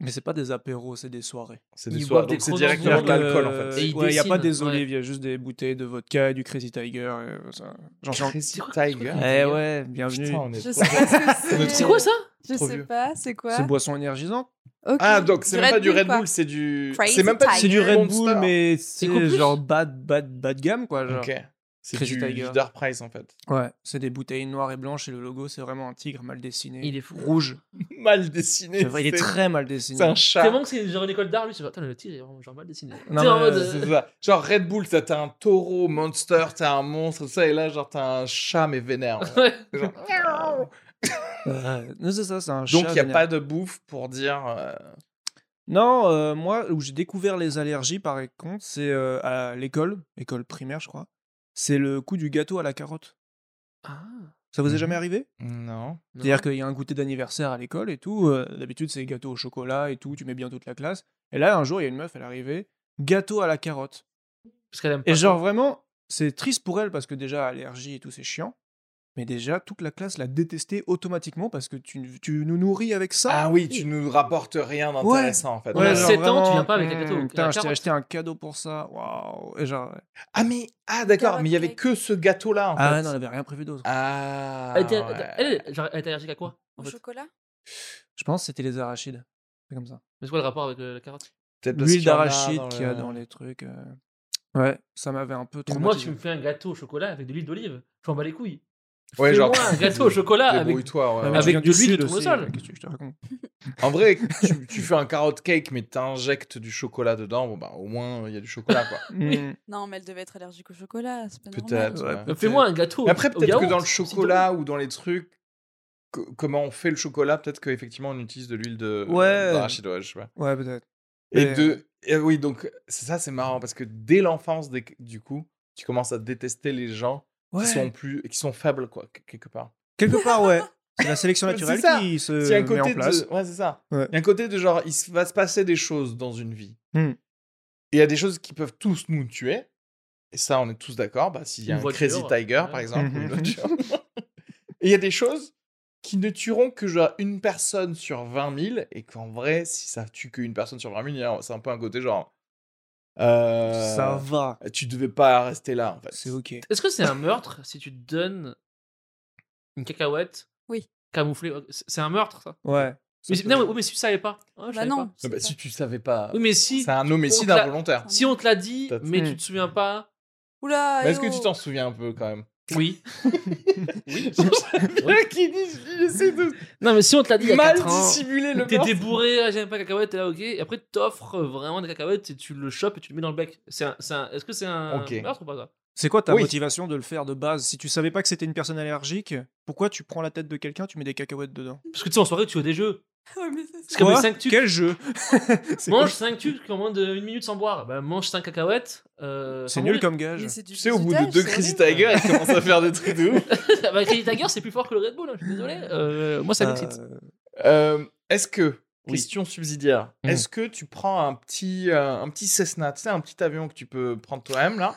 A: Mais c'est pas des apéros, c'est des soirées.
B: C'est des
C: Ils
B: soirs,
C: boivent des
B: donc c'est
C: Crocs
B: directement de
C: dans le-
B: l'alcool en fait.
C: Et
A: Il
C: ils
A: n'y a pas
C: dessinent,
A: des
C: ouais.
A: olives, il y a juste des bouteilles de vodka, et du Crazy Tiger. et ça. J'en suis en-
B: Crazy
C: quoi,
B: Tiger.
C: ce
A: Eh ouais, bienvenue.
B: Putain, on est
D: Je
B: trop
D: sais pas ce que
B: On est
D: c'est.
C: C'est quoi ça
D: Je
B: Trop
D: sais
B: vieux.
D: pas, c'est quoi
A: C'est boisson énergisante.
D: Ok.
B: Ah, donc c'est
D: Du
B: même pas du Red
D: quoi.
B: Bull, c'est du.
D: Crazy
B: C'est même pas
A: C'est du Red Bull,
B: Monster.
A: mais c'est
C: quoi plus
A: genre bad, bad, bad gamme, quoi. genre.
B: Ok. C'est
A: Crazy
B: du
A: Tiger.
B: du Dark Price en fait.
A: Ouais, c'est des bouteilles noires et blanches et le logo, c'est vraiment un tigre mal dessiné.
C: Il est fou.
A: rouge.
B: Mal dessiné.
A: C'est vrai, il est
B: c'est-
A: très mal
B: C'est
A: dessiné.
B: un chat.
C: C'est bon que c'est genre une école d'art, lui. c'est genre, Attends, le tir est vraiment genre mal dessiné.
A: Non,
C: T'es en
A: mais
C: mode,
B: C'est
C: euh,
B: ça. Genre Red Bull, t'as t'as un taureau, Monster, t'as un monstre, tout ça, et là, genre, t'as un chat, mais vénère. ouais.
C: ouais.
B: Genre,
A: Ouais, non, c'est ça, c'est un
B: Donc,
A: chat
B: il n'y a
A: vénère.
B: pas de bouffe pour dire. euh,
A: Non, euh, moi, où j'ai découvert les allergies, par contre, c'est euh, à l'école, école primaire, je crois. C'est le coup du gâteau à la carotte.
C: Ah,
A: Ça vous est
B: Mhm.
A: jamais arrivé
B: Non.
A: C'est-à-dire qu'il y a un goûter d'anniversaire à l'école et tout. euh, D'habitude, c'est gâteau au chocolat et tout, tu mets bien toute la classe. Et là, un jour, il y a une meuf, elle est arrivée, gâteau à la carotte.
C: Parce qu'elle
B: Ah.
C: aime pas.
A: Et genre vraiment, c'est triste pour elle parce que déjà allergie et tout c'est chiant. Mais déjà toute la classe l'a détesté automatiquement parce que tu, tu nous nourris avec ça.
B: Ah oui, tu nous rapportes rien d'intéressant en fait.
C: On a
A: genre,
C: sept ans, tu viens pas avec les
A: hmm,
C: gâteaux, avec
A: Putain,
C: la
A: je t'ai
C: carotte.
A: acheté un cadeau pour ça. Waouh. Et genre. ouais.
B: Ah mais ah d'accord, mais il y avait que ce gâteau là en
A: ah
B: fait.
A: ouais, non, elle avait rien prévu d'autre.
B: Ah.
C: Elle était-
B: ouais.
C: euh, Elle genre, elle était allergique à quoi en
D: Au
C: fait
D: chocolat
A: Je pense que c'était les arachides. C'est comme ça.
C: Mais c'est quoi le rapport avec euh, la carotte
B: Peut-être parce
A: L'huile
B: qu'il y en a
A: d'arachide
B: dans
A: qu'il y a
B: le-
A: dans les trucs. euh. Ouais, ça m'avait un peu trop.
C: Moi, tu me fais un gâteau au chocolat avec de l'huile d'olive. Je m'en bats les couilles.
B: Ouais,
C: Fais-moi
B: genre,
C: un gâteau au chocolat avec
B: Débrouille-toi. ouais.
C: mais avec de l'huile de tournesol.
A: Qu'est-ce que je te raconte
B: En vrai, tu, tu fais un carotte cake, mais t'injectes du chocolat dedans. Bon bah au moins il y a du chocolat quoi.
C: Oui.
A: Hmm.
D: Non, mais elle devait être allergique au chocolat, c'est pas normal.
B: Peut-être.
A: Ouais,
B: ouais.
A: peut-être.
C: euh, Fais-moi un gâteau.
A: Oh,
B: Mais Après
C: au
B: peut-être que
C: yaourt,
B: dans le
C: si t'en veux.
B: chocolat ou dans les trucs, co- comment on fait le chocolat, peut-être qu'effectivement on utilise de l'huile de
A: Ouais.
B: d'arachide, ouais, je sais pas.
A: Ouais, peut-être.
B: Et
A: Mais-
B: de et oui donc c'est ça c'est marrant parce que dès l'enfance dès que- du coup tu commences à détester les gens
A: Ouais.
B: qui sont plus qui sont faibles quoi quelque part.
A: Quelque part, ouais. C'est la sélection
B: C'est
A: naturelle
B: ça.
A: qui se
B: Il y a un
A: met en
B: côté
A: place.
B: de... Ouais, c'est ça.
A: Ouais.
B: Il y a un côté de genre, il se- va se passer des choses dans une vie.
A: Hmm.
B: Et il y a des choses qui peuvent tous nous tuer. Et ça, on est tous d'accord. Bah, S'il y a
C: Une
B: un
C: voiture,
B: Crazy Tiger,
C: ouais.
B: par exemple, ou une
A: Mhm.
B: voiture. et il y a des choses qui ne tueront que genre une personne sur 20 000. Et qu'en vrai, si ça tue qu'une personne sur 20 000, c'est un peu un côté genre... euh,
A: Ça va.
B: Tu devais pas rester là, en fait.
A: C'est ok.
C: Est-ce que c'est un meurtre si tu te donnes une cacahuète
D: Oui.
C: camouflée Euh, C'est c'est un meurtre, ça.
A: Ouais.
C: Mais, c'est- non, mais, mais si tu savais pas. Ah, je
D: Bah
C: savais
D: non.
C: pas.
B: Ah
D: c'est
B: bah,
D: pas-
B: si tu savais pas...
C: Oui, mais si.
B: C'est un homicide
C: Donc là-
B: involontaire.
C: Si on te l'a dit,
B: Peut-être.
C: mais tu
A: Hmm.
C: te souviens pas.
D: Oula
B: Mais
D: eh
B: Est-ce que tu
D: oh.
B: t'en souviens un peu, quand même
C: Oui.
B: Oui,
C: Oui.
B: qui dit, il essaie de
C: Non, mais si on te l'a dit il y a
B: mal
C: 4 ans.
B: dissimuler le
C: T'es
B: meurtre.
C: débourré, ah, j'aime pas les cacahuètes, t'es là, ok. Et après, t'offres euh, vraiment des cacahuètes et tu le chopes et tu le mets dans le bec. C'est un- c'est un- Est-ce que c'est un
B: Ok.
C: meurtre ou pas ça
A: C'est quoi ta
B: Oui.
A: motivation de le faire de base Si tu savais pas que c'était une personne allergique, pourquoi tu prends la tête de quelqu'un, tu mets des cacahuètes dedans
C: Parce que tu sais, en soirée, tu vois des jeux.
D: Ouais, mais ça, c'est-
C: C'est comme
A: Quoi
C: les 5 tubes.
A: Quel jeu C'est
C: Mange 5 tubes en moins de 1 minute sans boire. Bah, mange 5 cacahuètes. euh,
A: quoi
C: sans
A: C'est nul
C: mourir.
A: comme gage.
D: mais c'est du
B: Tu sais, au bout de
D: visitage,
B: deux
D: c'est
B: Crazy
D: horrible.
B: Tiger, elle commence à faire des trucs de ouf.
C: bah, Crazy Tiger, c'est plus fort que le Red Bull, hein, je suis désolé. Euh, moi, ça m'excite.
A: Euh,
B: Euh, est-ce que,
C: Oui.
B: question subsidiaire,
A: Mhm.
B: est-ce que tu prends un petit, euh, un petit Cessna, tu sais, un petit avion que tu peux prendre toi-même, là,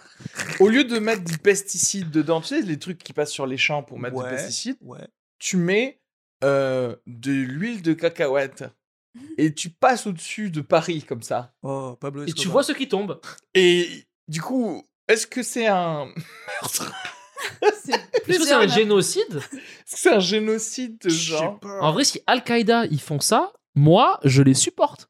B: au lieu de mettre du pesticide dedans, tu sais, les trucs qui passent sur les champs pour mettre
A: Ouais.
B: du pesticide,
A: Ouais.
B: tu mets euh, de l'huile de cacahuète et tu passes au-dessus de Paris, comme ça.
A: Oh, Pablo
C: Et tu
A: Escobar.
C: vois ceux qui tombent.
B: Et du coup, est-ce que c'est un meurtre
D: C'est
C: Est-ce que c'est
D: plusieurs,
C: un
D: là.
C: génocide
B: Est-ce que c'est un génocide de
A: Je sais
B: genre
A: pas.
C: En vrai, si Al-Qaïda, ils font ça, moi, je les supporte.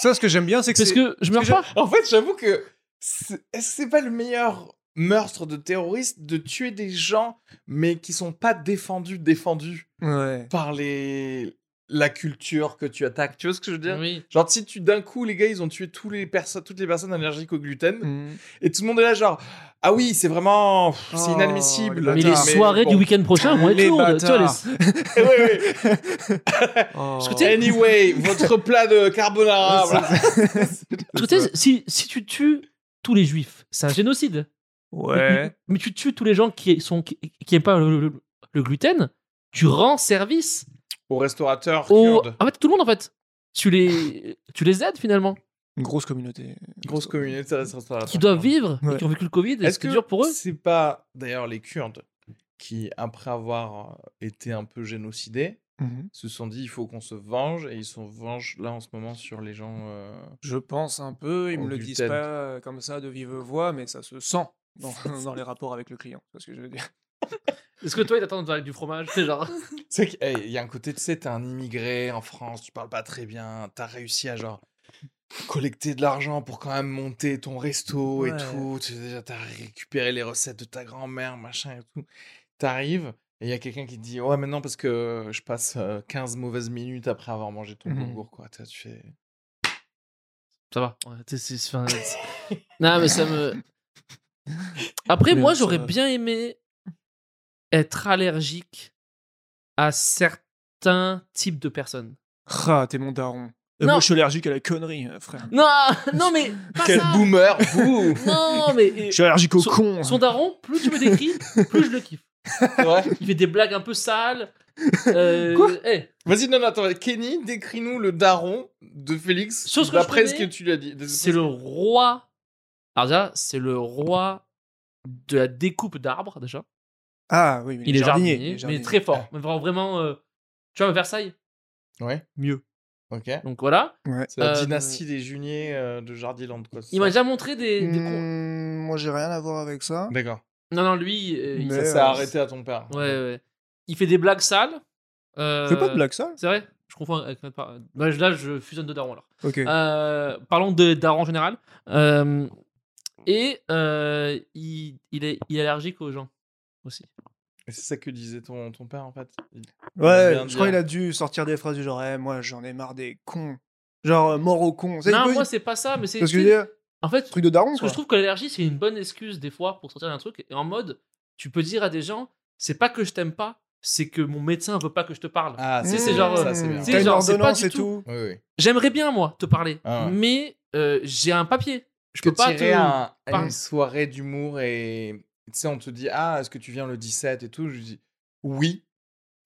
A: Ça, ce que j'aime bien, c'est que
C: Parce
A: c'est.
C: que je meurs
A: que
C: pas.
B: En fait, j'avoue que c'est- est-ce que c'est pas le meilleur meurtre de terroriste de tuer des gens mais qui sont pas défendus défendus
A: Ouais.
B: par les la culture que tu attaques. Tu vois ce que je veux dire
C: Oui.
B: Genre si tu d'un coup les gars ils ont tué tous les personnes toutes les personnes allergiques au gluten
A: Mm.
B: et tout le monde est là genre ah oui, c'est vraiment pff, c'est
A: Oh,
B: inadmissible.
A: les
C: Mais les
A: Bâtard.
C: soirées du
B: bon.
C: week-end prochain vont être
A: Les
C: lourdes. Tu vois, les-
A: bâtards.
B: Ouais, ouais.
A: Oh.
C: que tu sais-
B: Anyway, votre plat de carbonara. voilà.
C: Parce que tu sais, si, si tu tues tous les juifs, c'est un génocide. Mais,
A: Ouais.
C: tu- mais tu tues tous les gens qui sont qui, qui aiment pas le, le- le gluten, tu rends service
B: Au restaurateur
C: au
B: kurde.
C: en fait tout le monde en fait. Tu les tu les aides finalement,
A: Une grosse communauté.
B: Grosse communauté de restaurateurs.
C: qui doivent vivre, et
A: Ouais.
C: qui ont vécu le Covid, et
B: Est-ce que
C: c'est dur pour eux.
B: c'est pas d'ailleurs les Kurdes qui, après avoir été un euh, peu génocidés,
A: Mhm.
B: se sont dit il faut qu'on se venge et ils se vengent là en ce moment sur les gens. euh,
A: Je pense un peu, ils
C: Oh,
B: Au
A: me le
B: gluten.
A: disent pas euh, comme ça de vive voix, mais ça se sent dans, dans les rapports avec le client. C'est ce que je veux dire.
C: Est-ce que toi, ils t'attendent avec du fromage C'est genre.
B: C'est qu'il y a un côté, tu sais, t'es un immigré en France, tu parles pas très bien, t'as réussi à genre collecter de l'argent pour quand même monter ton resto et
A: Ouais.
B: tout, tu sais, déjà, t'as récupéré les recettes de ta grand-mère, machin et tout. T'arrives et il y a quelqu'un qui te dit Ouais, mais non, parce que je passe euh, 15 mauvaises minutes après avoir mangé ton
A: Mhm.
B: bourgour, quoi. Tu vois, tu fais.
C: Ça va. Ouais, t'es- c'est- c'est- enfin, c'est- non, mais ça me. Après,
A: Mais
C: moi,
A: ça
C: j'aurais
A: va.
C: bien aimé être allergique à certains types de personnes.
A: Ah, t'es mon daron. Euh,
C: Non.
A: moi, je suis allergique à la connerie, euh, frère.
C: Non, non, mais pas
B: Quel
C: ça.
B: boomer vous
C: Non, mais
A: Je suis allergique au
C: son-
A: con.
C: son daron, plus tu me décris, plus je le kiffe.
B: Ouais.
C: Il fait des blagues un peu sales. Euh,
B: Quoi
C: eh,
B: Vas-y, non, non, attends, Kenny, décris-nous le daron de Félix
C: Sur ce que je
B: d'après ce que
C: connais,
B: tu lui as dit.
C: c'est le roi. Alors déjà, c'est le roi de la découpe d'arbres déjà.
A: Ah oui, mais
C: Il est jardinier,
A: il est
C: mais très fort. Mais vraiment, vraiment, euh, tu vois, Versailles,
B: Ouais,
C: mieux.
B: ok.
C: Donc voilà.
B: C'est la
C: Euh,
B: dynastie des juniers euh, de Jardiland, quoi. c'est
C: Il m'a
B: ça
C: déjà montré des. des con-
A: Hmm, moi, j'ai rien à voir avec ça.
B: D'accord.
C: Non, non, lui. euh, il...
A: Mais-
B: Ça
A: Ouais,
B: s'est
A: ouais.
B: arrêté à ton père.
C: Ouais, ouais. Il fait des blagues sales. Euh,
A: Je fais pas de blague, ça
C: C'est vrai Je confonds avec. notre par- Bah, je- Là, je fusionne de Daron alors.
A: Ok.
C: Euh, parlons de Daron en général. Euh, et euh, il, il est, il est allergique aux gens aussi.
B: Et C'est ça que disait ton, ton père, en fait. Il-
A: ouais,
B: bien
A: je
B: dire.
A: crois qu'il a dû sortir des phrases du genre, Eh, moi, j'en ai marre des cons. Genre, euh, mort aux cons. C'est
C: Non,
A: une
C: moi,
A: poésie.
C: c'est pas ça, mais c'est.
A: Parce que je veux dire,
C: En fait,
A: truc de daron,
C: Parce que
A: quoi.
C: je trouve que l'allergie, c'est une bonne excuse des fois pour sortir d'un truc. Et en mode, tu peux dire à des gens, c'est pas que je t'aime pas, c'est que mon médecin veut pas que je te parle.
B: Ah,
C: Tu
B: ça,
C: sais,
A: Mmh.
C: c'est genre,
B: Ça, c'est bien.
C: c'est
A: T'as une
C: genre, c'est pas
A: ordonnance
C: du
A: et
C: tout.
A: tout.
B: Oui, oui.
C: J'aimerais bien, moi, te parler,
B: Ah ouais.
C: mais euh, j'ai un papier. Je
B: Que
C: peux pas
B: t'irais
C: te.
B: à, à
C: parler.
B: une soirée d'humour et... Tu sais, on te dit, ah, est-ce que tu viens le 17 et tout Je lui dis, oui.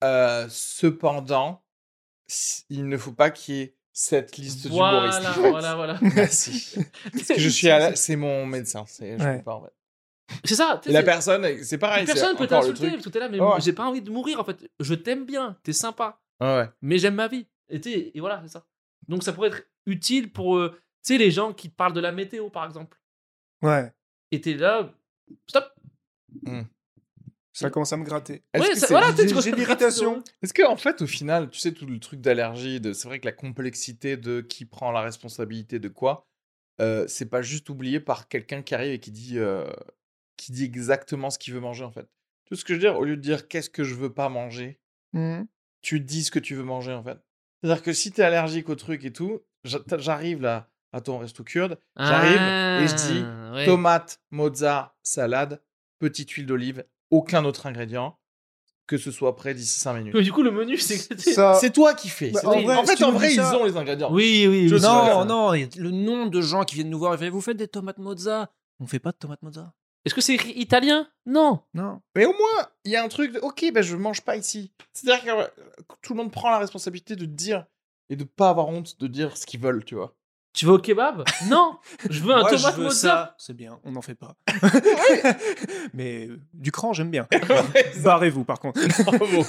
B: Euh, cependant, s- il ne faut pas qu'il y ait cette liste
C: Voilà,
B: d'humoristes.
C: voilà, voilà.
B: Merci. Parce que je suis à la- C'est mon médecin. C'est je
A: Ouais.
B: peux pas, en fait.
C: C'est ça. tu
B: Et
C: sais,
B: la
C: c'est-
B: personne, c'est pareil. c'est
C: personne peut
B: encore le
C: t'insulter
B: truc. Oh.
C: parce que t'es là, mais
B: Ouais.
C: j'ai pas envie de mourir en fait. Je t'aime bien, t'es sympa.
B: Ouais, ouais.
C: mais j'aime ma vie. Et, tu sais, et voilà, c'est ça. Donc ça pourrait être utile pour euh, tu sais, les gens qui te parlent de la météo, par exemple.
A: Ouais,
C: Et t'es là, stop.
A: ça commence à me gratter.
B: Est-ce
C: Ouais,
B: que
C: ça-
B: c'est-
C: voilà, tu sais,
A: j'ai-
C: tu vois,
A: j'ai
C: ça-
A: l'irritation.
B: Est-ce que en fait, au final, tu sais tout le truc d'allergie, de c'est vrai que la complexité de qui prend la responsabilité de quoi, euh, c'est pas juste oublié par quelqu'un qui arrive et qui dit euh, qui dit exactement ce qu'il veut manger en fait. Tout ce que je veux dire, au lieu de dire qu'est-ce que je veux pas manger,
C: Mmh.
A: Mhm.
B: tu dis ce que tu veux manger en fait. C'est-à-dire que si t'es allergique au truc et tout, j'a- j'arrive là à ton resto kurde, j'arrive et je dis
C: Ah, ouais.
B: tomate, mozza, salade, petite huile d'olive, aucun autre ingrédient, que ce soit prêt d'ici 5 minutes.
C: Mais du coup, le menu, c'est que.
A: Ça-
B: C'est toi qui fais.
A: Bah,
B: c'est
A: en
B: toi.
A: vrai,
B: Euh, en
A: si
B: fait,
A: tu
B: en
A: nous
B: vrai,
A: dis
B: ils
A: ça-
B: ont les ingrédients.
C: Oui, oui,
B: Je
C: oui.
B: sais pas, ça.
C: Non,
B: va.
C: non.
A: non, il y a le nombre de gens qui viennent nous voir et fait Vous faites des tomates mozza On fait pas de tomates mozza.
C: Est-ce que c'est écrit italien Non.
A: Non.
B: Mais au moins, il y a un truc de OK, ben je mange pas ici. C'est-à-dire que euh, tout le monde prend la responsabilité de dire et de pas avoir honte de dire ce qu'ils veulent, tu vois.
C: Tu veux au kebab Non. Je veux un
A: Moi, je
C: tomate
A: veux
C: mozza.
A: ça. C'est bien, on n'en fait pas. Mais euh, du cran, j'aime bien. Bah, Barrez-vous, par contre.
B: Bravo.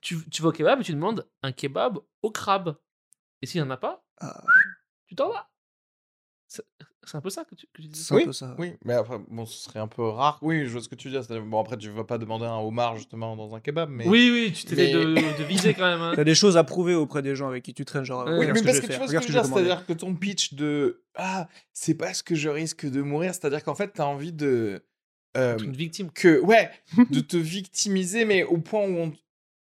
C: Tu, tu vas au kebab et tu demandes un kebab au crabe. Et s'il n'y en a pas,
A: Ah.
C: tu t'en vas. C'est c'est un peu ça que tu, que tu dis.
A: C'est un peu ça.
B: oui, mais après, bon, ce serait un peu rare. Oui, je vois ce que tu dis. c'est-à-dire, Bon, après, tu vas pas demander un homard justement dans un kebab, mais.
C: Oui, oui, tu t'essayes
B: mais-
C: de, de viser quand même. hein.
A: T'as des choses à prouver auprès des gens avec qui tu traînes, genre,
C: Euh,
B: Oui,
A: regarde
B: mais
A: ce que
B: parce
A: je
B: que tu
A: vais faire,
B: vois ce que
A: regarde
B: je
A: ce
B: veux
A: que j'ai
B: dire,
A: commandé.
B: c'est-à-dire que ton pitch de Ah, c'est parce que je risque de mourir, c'est-à-dire qu'en fait, t'as envie de. euh,
C: Une victime.
B: que ouais de te victimiser mais au point où on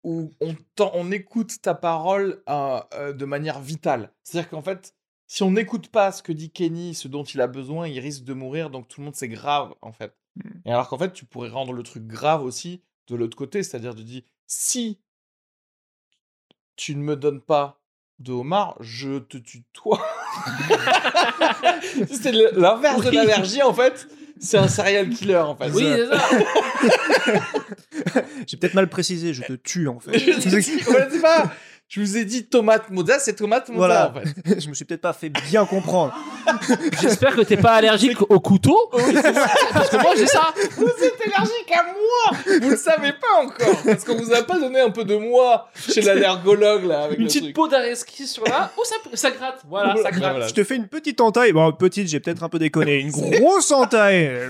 B: où on, t'en- on écoute ta parole euh, euh, de manière vitale c'est à dire qu'en fait si on n'écoute pas ce que dit Kenny ce dont il a besoin il risque de mourir donc tout le monde c'est grave en fait
C: Mmh.
B: et alors qu'en fait tu pourrais rendre le truc grave aussi de l'autre côté c'est à dire de dire si tu ne me donnes pas de homard je te tue toi c'est le- l'inverse de
C: Oui.
B: l'allergie en fait c'est un serial killer en fait
C: Oui, c'est ça.
A: J'ai peut-être mal précisé, je te tue en fait.
B: Je sais pas, Je vous ai dit tomate mozza, c'est tomate mozza
A: Voilà.
B: en fait.
A: je me suis peut-être pas fait bien comprendre.
C: J'espère que t'es pas allergique au couteau. Parce que moi, j'ai ça.
B: Vous êtes allergique à moi Vous le savez pas encore Parce qu'on vous a pas donné un peu de moi chez l'allergologue là avec
C: Une
B: le
C: petite
B: truc.
C: peau d'arreski sur là. Oh, ça, ça gratte. Voilà, ça gratte.
B: Voilà.
A: Je te fais une petite entaille. Bon, petite, j'ai peut-être un peu déconné. Une grosse entaille. euh,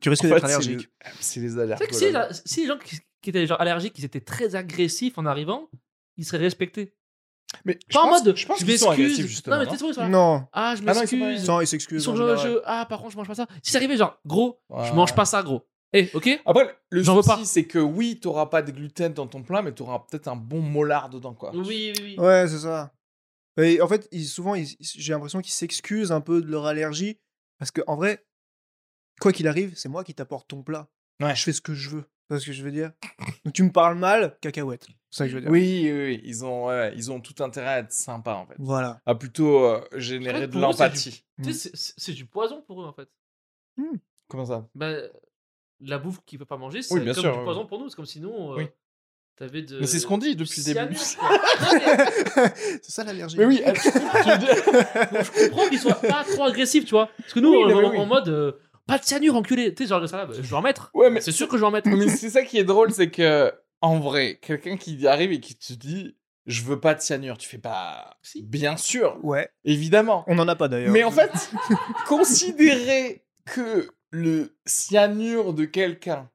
A: Tu risques
B: En
A: d'être
B: fait, c'est
A: allergique.
B: le- C'est les
C: C'est vrai que
B: allergologues.
C: si, la- si les gens qui, qui étaient genre allergiques, ils étaient très agressifs en arrivant, ils seraient respectés.
B: Mais je
C: Pas en
B: pense-
C: mode.
B: je pense
C: je
B: qu'ils sont
C: m'excuse.
B: agressifs justement.
C: Non, mais
B: hein.
C: t'es sûr, ils sont là.
A: Non.
C: Ah, je
B: Ah non, ils sont pas-
C: m'excuse.
A: Sans, ils s'excusent.
C: Ils sont
A: en
C: genre,
A: général.
C: je- ah, par contre, je mange pas ça. Si c'est arrivé, genre, gros, je
B: Ouais.
C: mange pas ça, gros. Eh, ok
B: Après, le
C: J'en veux
B: souci,
C: pas.
B: c'est que oui, t'auras pas de gluten dans ton plat, mais t'auras peut-être un bon molar dedans, quoi.
C: Oui, oui, oui.
A: Ouais, c'est ça. Et en fait, ils, souvent, ils- ils- j'ai l'impression qu'ils s'excusent un peu de leur allergie. Parce que en vrai, quoi qu'il arrive, c'est moi qui t'apporte ton plat.
B: Ouais.
A: Je fais ce que je veux. Tu vois ce que je veux dire Donc tu me parles mal, cacahuète. C'est ça que je veux dire.
B: Oui, oui, oui, ils ont, ouais, ouais, ils ont tout intérêt à être sympas, en fait.
A: Voilà.
B: À plutôt euh,
C: Je
B: générer
C: crois que
B: de
C: pour eux, c'est
B: l'empathie.
C: Tu sais, c'est- c'est- c'est du poison pour eux, en fait.
B: Comment ça
C: Ben, la bouffe qu'ils peuvent pas manger, c'est
B: Oui, bien
C: comme
B: sûr,
C: du
B: ouais,
C: poison
B: ouais.
C: pour nous. C'est comme si nous, euh,
B: Oui.
C: t'avais de.
B: Mais c'est ce qu'on dit depuis le début.
C: cyanure, quoi. Non, mais-
A: C'est ça l'allergie.
B: Mais oui, elle- tu dis-
C: Donc, je comprends qu'ils soient pas trop agressifs, tu vois. Parce que nous,
B: Oui,
C: on est
B: non, mais
C: en,
B: oui.
C: en mode euh, pas de cyanure, enculé. Tu sais, genre, ça, là, bah, je vais en mettre.
B: Ouais, mais-
C: C'est sûr que je vais en mettre.
B: Mais c'est ça qui est drôle, c'est que, en vrai, quelqu'un qui arrive et qui te dit Je veux pas de cyanure, tu fais pas.
C: Si.
B: Bien sûr,
A: Ouais.
B: évidemment.
A: On en a pas d'ailleurs.
B: Mais en fait, considérer que le cyanure de quelqu'un,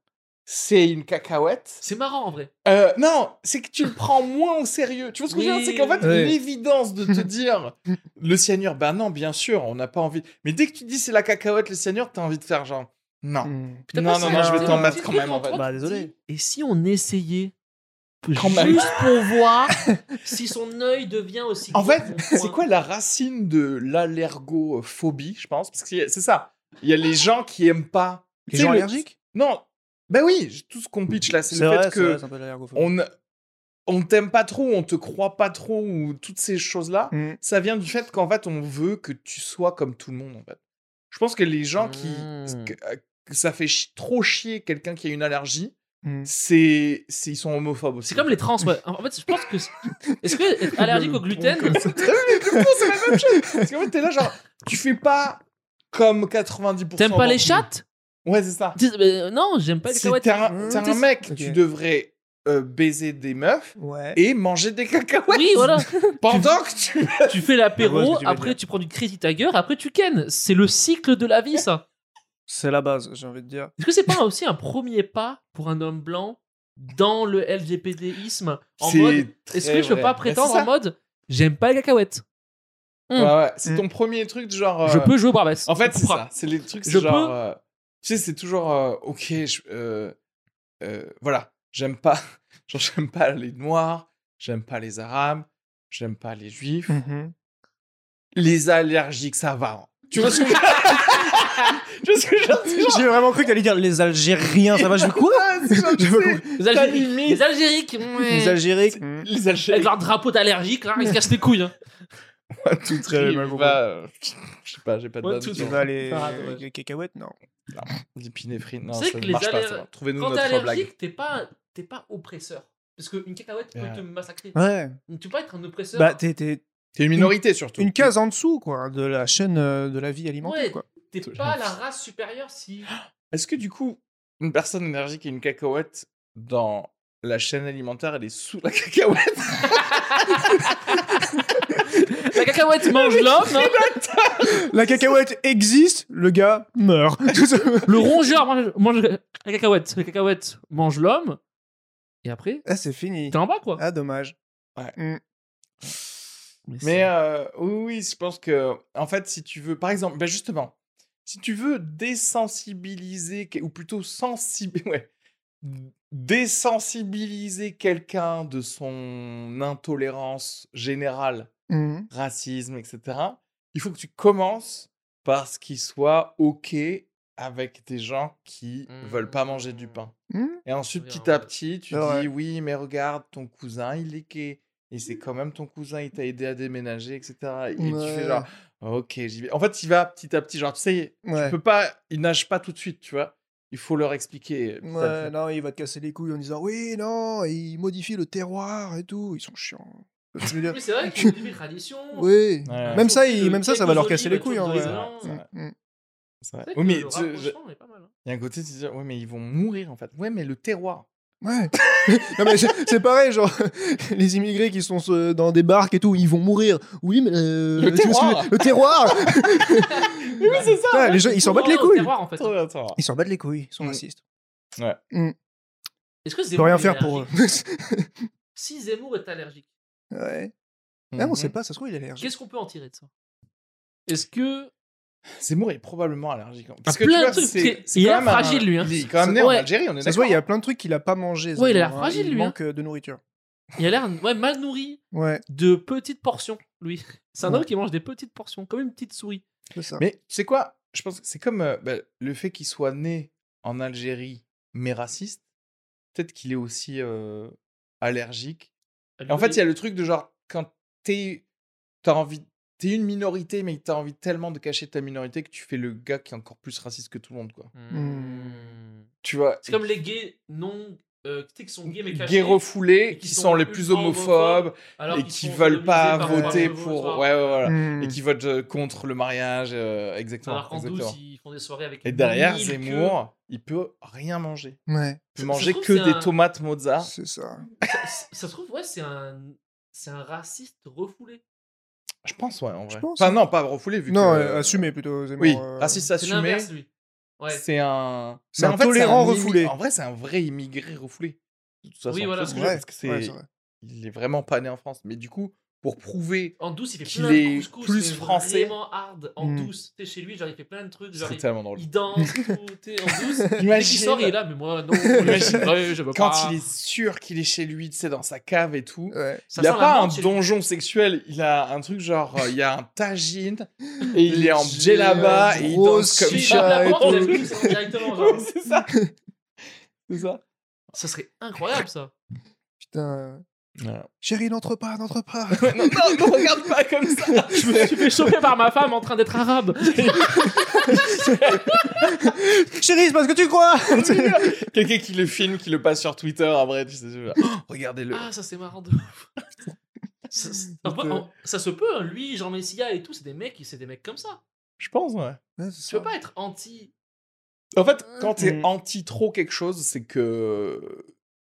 B: c'est une cacahuète.
C: C'est marrant en vrai.
B: Euh, non, c'est que tu le prends moins au sérieux. Tu vois ce que je veux dire C'est qu'en fait,
A: Oui.
B: l'évidence de te dire le cyanure, ben non, bien sûr, on n'a pas envie. Mais dès que tu dis c'est la cacahuète, le cyanure, t'as envie de faire genre non.
A: Hmm.
C: Putain,
B: Non,
C: pas
B: non,
C: ça,
A: non, je vais
C: des
A: t'en
C: petits
B: mettre quand
C: trucs
B: même,
C: en
B: en fait.
C: trop
A: Bah,
C: petit.
A: désolé.
C: Et si on essayait
B: Quand
C: juste
B: même.
C: pour voir si son œil devient aussi.
B: En
C: gros
B: fait,
C: que mon
B: c'est
C: poing.
B: quoi la racine de l'allergophobie, je pense Parce que c'est ça. Il y a les gens qui aiment pas.
A: Les
B: Tu sais,
A: gens
B: le-
A: allergiques
B: Non. Ben oui, tout ce qu'on pitch là, c'est le
A: vrai,
B: fait
A: c'est vrai,
B: que
A: c'est un peu de l'allergophobie.
B: on on t'aime pas trop, on te croit pas trop, ou toutes ces choses-là.
A: Hmm.
B: ça vient du fait qu'en fait, on veut que tu sois comme tout le monde, en fait. Je pense que les gens qui...
C: Mm.
A: Mmh.
B: que- euh, que ça fait chi- trop chier quelqu'un qui a une allergie,
A: Hmm.
B: c'est... c'est- Ils sont homophobes aussi.
C: C'est comme les trans, ouais. En fait, je pense que. c'est- Est-ce que être allergique au gluten.
B: T'as vu, mais du coup, c'est la même chose Parce qu'en fait, t'es là, genre, tu fais pas comme 90%...
C: T'aimes pas
B: d'entre
C: les
B: nous.
C: chattes
B: Ouais, c'est ça.
C: Tu dis, mais euh, Non, j'aime pas les
B: Si
C: cacahuètes.
B: t'es un, t'es un
C: T'es-
B: mec,
A: Ok.
B: tu devrais euh, baiser des meufs
A: Ouais.
B: et manger des cacahuètes
C: Oui, voilà.
B: pendant que tu...
C: tu fais
A: Je vois
C: l'apéro,
A: ce que tu veux
C: après
A: dire.
C: tu prends du Crazy Tiger, après tu kennes. C'est le cycle de la vie, ça.
A: C'est la base, j'ai envie de dire.
C: Est-ce que c'est pas aussi un premier pas pour un homme blanc dans le LGBTisme En
B: C'est
C: mode,
B: très
C: est-ce que je peux
B: vrai.
C: pas
B: Ben,
C: prétendre
B: c'est
C: en
B: ça.
C: mode, j'aime pas les cacahuètes Hmm.
B: Ouais, ouais, c'est
A: Mm.
B: ton premier truc du genre...
C: Je
B: euh,
C: peux jouer au Barbès.
B: En fait,
C: On
B: c'est
C: fera.
B: ça. C'est les trucs, c'est
C: Je
B: genre.
C: peux-
B: euh, tu sais, c'est toujours. euh, ok, je, euh, euh, voilà, j'aime pas. Genre, j'aime pas les Noirs, j'aime pas les Arabes, j'aime pas les Juifs.
A: Mhm.
B: Les allergiques, ça va. hein. Tu vois ce que je Tu vois ce que je veux dire
A: J'ai vraiment cru qu'elle allait dire les Algériens, ça va, je vais quoi
B: C'est genre, tu
A: J'ai pas
B: sais,
C: Les Algériques.
B: limite.
C: Les Algériques. ouais.
A: Les Algériques
B: Les
C: Avec
B: Algériens.
C: leur drapeau d'allergique, là,
B: Mm.
C: ils se cassent les couilles. hein.
B: Tout
A: très mal compris.
B: Je sais pas, j'ai pas de
C: Ouais,
B: bonne
C: tout-
B: idée.
A: Tu vas aller.
C: Parade, ouais.
A: Les cacahuètes Non.
B: L'épinéphrine, non,
C: C'est
B: ça
C: que
B: ne
C: les
B: marche pas.
C: aller-
B: ça va. Trouvez-nous
C: Quand t'es
B: notre blague.
C: allergique, t'es pas, t'es pas oppresseur. Parce qu'une cacahuète peut
B: Ouais.
C: te massacrer.
A: Ouais.
C: Donc, Tu peux pas être un oppresseur.
A: Bah, t'es- t'es
B: T'es une minorité surtout.
A: une case en dessous, quoi, de la chaîne euh, de la vie alimentaire,
C: Ouais.
A: quoi.
C: T'es pas la race supérieure si.
B: Est-ce que du coup, une personne allergique et une cacahuète dans la chaîne alimentaire, elle est sous la cacahuète
C: La cacahuète mange l'homme, hein.
A: La cacahuète existe, le gars meurt.
C: le rongeur mange, mange la cacahuète, la cacahuète mange l'homme, et après,
A: ah, c'est fini.
C: t'es en bas quoi.
A: Ah, dommage.
B: Mais euh, oui, oui, je pense que, en fait, si tu veux, par exemple, ben justement, si tu veux désensibiliser, que- ou plutôt sensibiliser, ouais, désensibiliser quelqu'un de son intolérance générale,
A: Mhm.
B: racisme, etc., il faut que tu commences par ce qui soit OK avec des gens qui
C: Mhm.
B: veulent pas manger du pain.
A: Mhm.
B: Et ensuite,
C: Oui,
B: petit
C: en
B: à
C: vrai.
B: petit, tu
A: C'est vrai. Mmh.
B: dis oui, mais regarde, ton cousin, il est gay. Et c'est quand même ton cousin, il t'a aidé à déménager, etc. Et tu fais
A: Ouais.
B: genre, ok, j'y vais. En fait, il va petit à petit, genre, tu sais,
A: Ouais.
B: tu peux pas, il nage pas tout de suite, tu vois. Il faut leur expliquer. petit à
A: Ouais,
B: petit.
A: non, il va te casser les couilles en disant oui, non, il modifie le terroir et tout. Ils sont chiants. Je veux dire,
C: Oui, c'est vrai qu'il y a une tradition.
A: Ah, oui.
B: Ouais.
A: Même ça,
C: Sauf
A: ils-
C: que
A: même ça, ça va leur
C: quelques
A: casser les
C: olives
A: couilles. en
C: autour
A: vrai.
B: d'horizon,
A: Mm,
B: ça. C'est
A: mm.
B: vrai.
C: C'est vrai
B: Oui,
C: que
B: mais
C: le
B: tu- je-
C: rapprochement est pas mal, hein.
B: il y a un côté, tu te dis, ouais, mais ils vont mourir en fait. Ouais, mais le terroir.
A: Ouais. non, mais c'est c'est pareil, genre, les immigrés qui sont euh, dans des barques et tout, ils vont mourir. Oui, mais. euh,
B: Le
A: tu vois ce que je veux dire Le terroir
B: Oui, c'est ça.
A: Putain, Les gens, ils s'en battent les
C: Tournant au
A: couilles. Oh,
C: terroir, en fait.
B: Trop bien, trop bien.
A: Ils s'en battent les couilles, ils sont
B: Mm.
A: racistes.
C: Est-ce que
A: Ils
C: Zemmour
A: peuvent rien
C: est
A: faire pour eux.
C: allergique Si Zemmour est allergique,
A: ouais. Ah, on
B: Mhm.
A: sait pas, ça se trouve, il est allergique.
C: qu'est-ce qu'on peut en tirer de ça Est-ce que
B: Zemmour est probablement allergique. hein.
C: Ah, plein de trucs,
B: c'est-
C: c'est-
B: c'est
C: il
B: quand
C: a
B: même un-
C: fragile, lui, hein.
B: Il est quand même né en
C: Ouais.
B: Algérie, on est
A: Ça se voit, il y a
B: d'accord.
A: plein de trucs qu'il a pas mangé.
C: Ouais, il a l'air
A: Zemmour, hein.
C: fragile, lui, hein.
A: manque euh, de nourriture.
C: il a l'air ouais, mal nourri
A: Ouais,
C: de petites portions, lui C'est un
A: Ouais.
C: homme qui mange des petites portions, comme une petite souris.
A: c'est ça.
B: Mais tu sais quoi Je pense que c'est comme euh, bah, le fait qu'il soit né en Algérie mais raciste. Peut-être qu'il est aussi euh, allergique. Et en fait, il y a le truc de genre quand t'es t'as envie t'es une minorité mais t'as envie tellement de cacher ta minorité que tu fais le gars qui est encore plus raciste que tout le monde quoi.
C: Hmm.
B: Tu vois
C: C'est comme les gays non. euh, tu sais, qui sont gays mais cachés.
B: gays refoulés
C: et
B: qui sont les plus homophobes
C: alors
B: et
C: qu'ils
B: qui
C: sont
B: veulent
C: colonisés
B: pas
C: par-
A: un
B: voter
C: par-
B: pour
C: par-
B: ouais, ouais, voilà.
A: Mm.
B: et qui votent euh, contre le mariage euh, exactement,
C: Alors qu'en
B: exactement.
C: douce, ils font des soirées avec.
B: Et derrière
C: mille
B: Zemmour, il peut rien manger.
A: Ouais,
B: Il peut
C: Ça- ça se
B: manger
C: trouve,
B: que
C: c'est
B: des
C: un-
B: tomates Mozart.
A: c'est ça.
C: queues. Ça, ça- ça se trouve, ouais, c'est un, c'est un raciste refoulé.
B: Je pense ouais en
A: Je
B: vrai.
A: pense,
B: Enfin
A: hein.
B: non, pas refoulé vu
A: Non,
B: que
A: euh, assumé plutôt. Zemmour,
B: Oui, ah,
A: euh,
B: raciste
C: C'est
B: assumé.
C: l'inverse, lui. Ouais.
B: C'est un.
A: C'est
B: Mais
A: un
B: en fait,
A: tolérant
B: immi-
A: refoulé.
B: En vrai, c'est un vrai immigré refoulé. De toute façon,
C: Oui,
B: tu
C: voilà.
B: vois ce que je veux
A: Ouais,
B: dire, parce que c'est-
A: ouais, c'est vrai.
B: Il est vraiment pas né en France. Mais du coup, pour prouver,
C: En douce, il fait
B: Qu'il
C: plein de
B: est
C: couscous.
B: plus
C: c'est
B: français.
C: vraiment hard en
A: Mm.
C: douce. T'es chez lui, genre, il fait plein de trucs. Genre,
B: c'est
C: il,
B: tellement drôle.
C: il danse, tout. T'es en douce. Dès qu'il
B: Imagine
C: sort, il est là, mais moi, non.
B: Imagine
C: ouais, je veux
B: quand
C: pas.
B: il est sûr qu'il est chez lui, tu sais, dans sa cave et tout.
A: Ouais.
C: Ça
B: il a
C: sent la
B: pas un
C: menthe chez lui.
B: donjon sexuel, il a un truc genre, euh, il y a un tagine et il est en
A: J'ai
B: djellaba
A: un
B: et il
A: gros
B: danse comme
C: Si,
A: chat
B: ça.
C: la
A: et
C: menthe,
A: tout.
C: la douce, c'est directement, genre.
B: Oui, c'est ça. C'est ça.
C: Ça serait incroyable, ça.
A: Putain.
B: Ouais.
A: Chérie, n'entre pas, n'entre pas.
B: Non, non, ne regarde pas comme ça.
C: Je me suis fait choper par ma femme en train d'être arabe.
A: Chérie, c'est parce que tu crois
B: Quelqu'un qui le filme, qui le passe sur Twitter après, tu sais, je- Oh, regardez-le.
C: Ah, ça c'est marrant de ouf. ça, c'est- en vrai, en- ça se peut, hein, lui, Jean Messia et tout, c'est des mecs, c'est des mecs comme ça.
B: Je pense, ouais.
A: Ouais,
C: Tu
A: c'est
C: peux
A: ça.
C: pas être anti.
B: En fait, quand t'es
A: Mm.
B: anti trop quelque chose, c'est que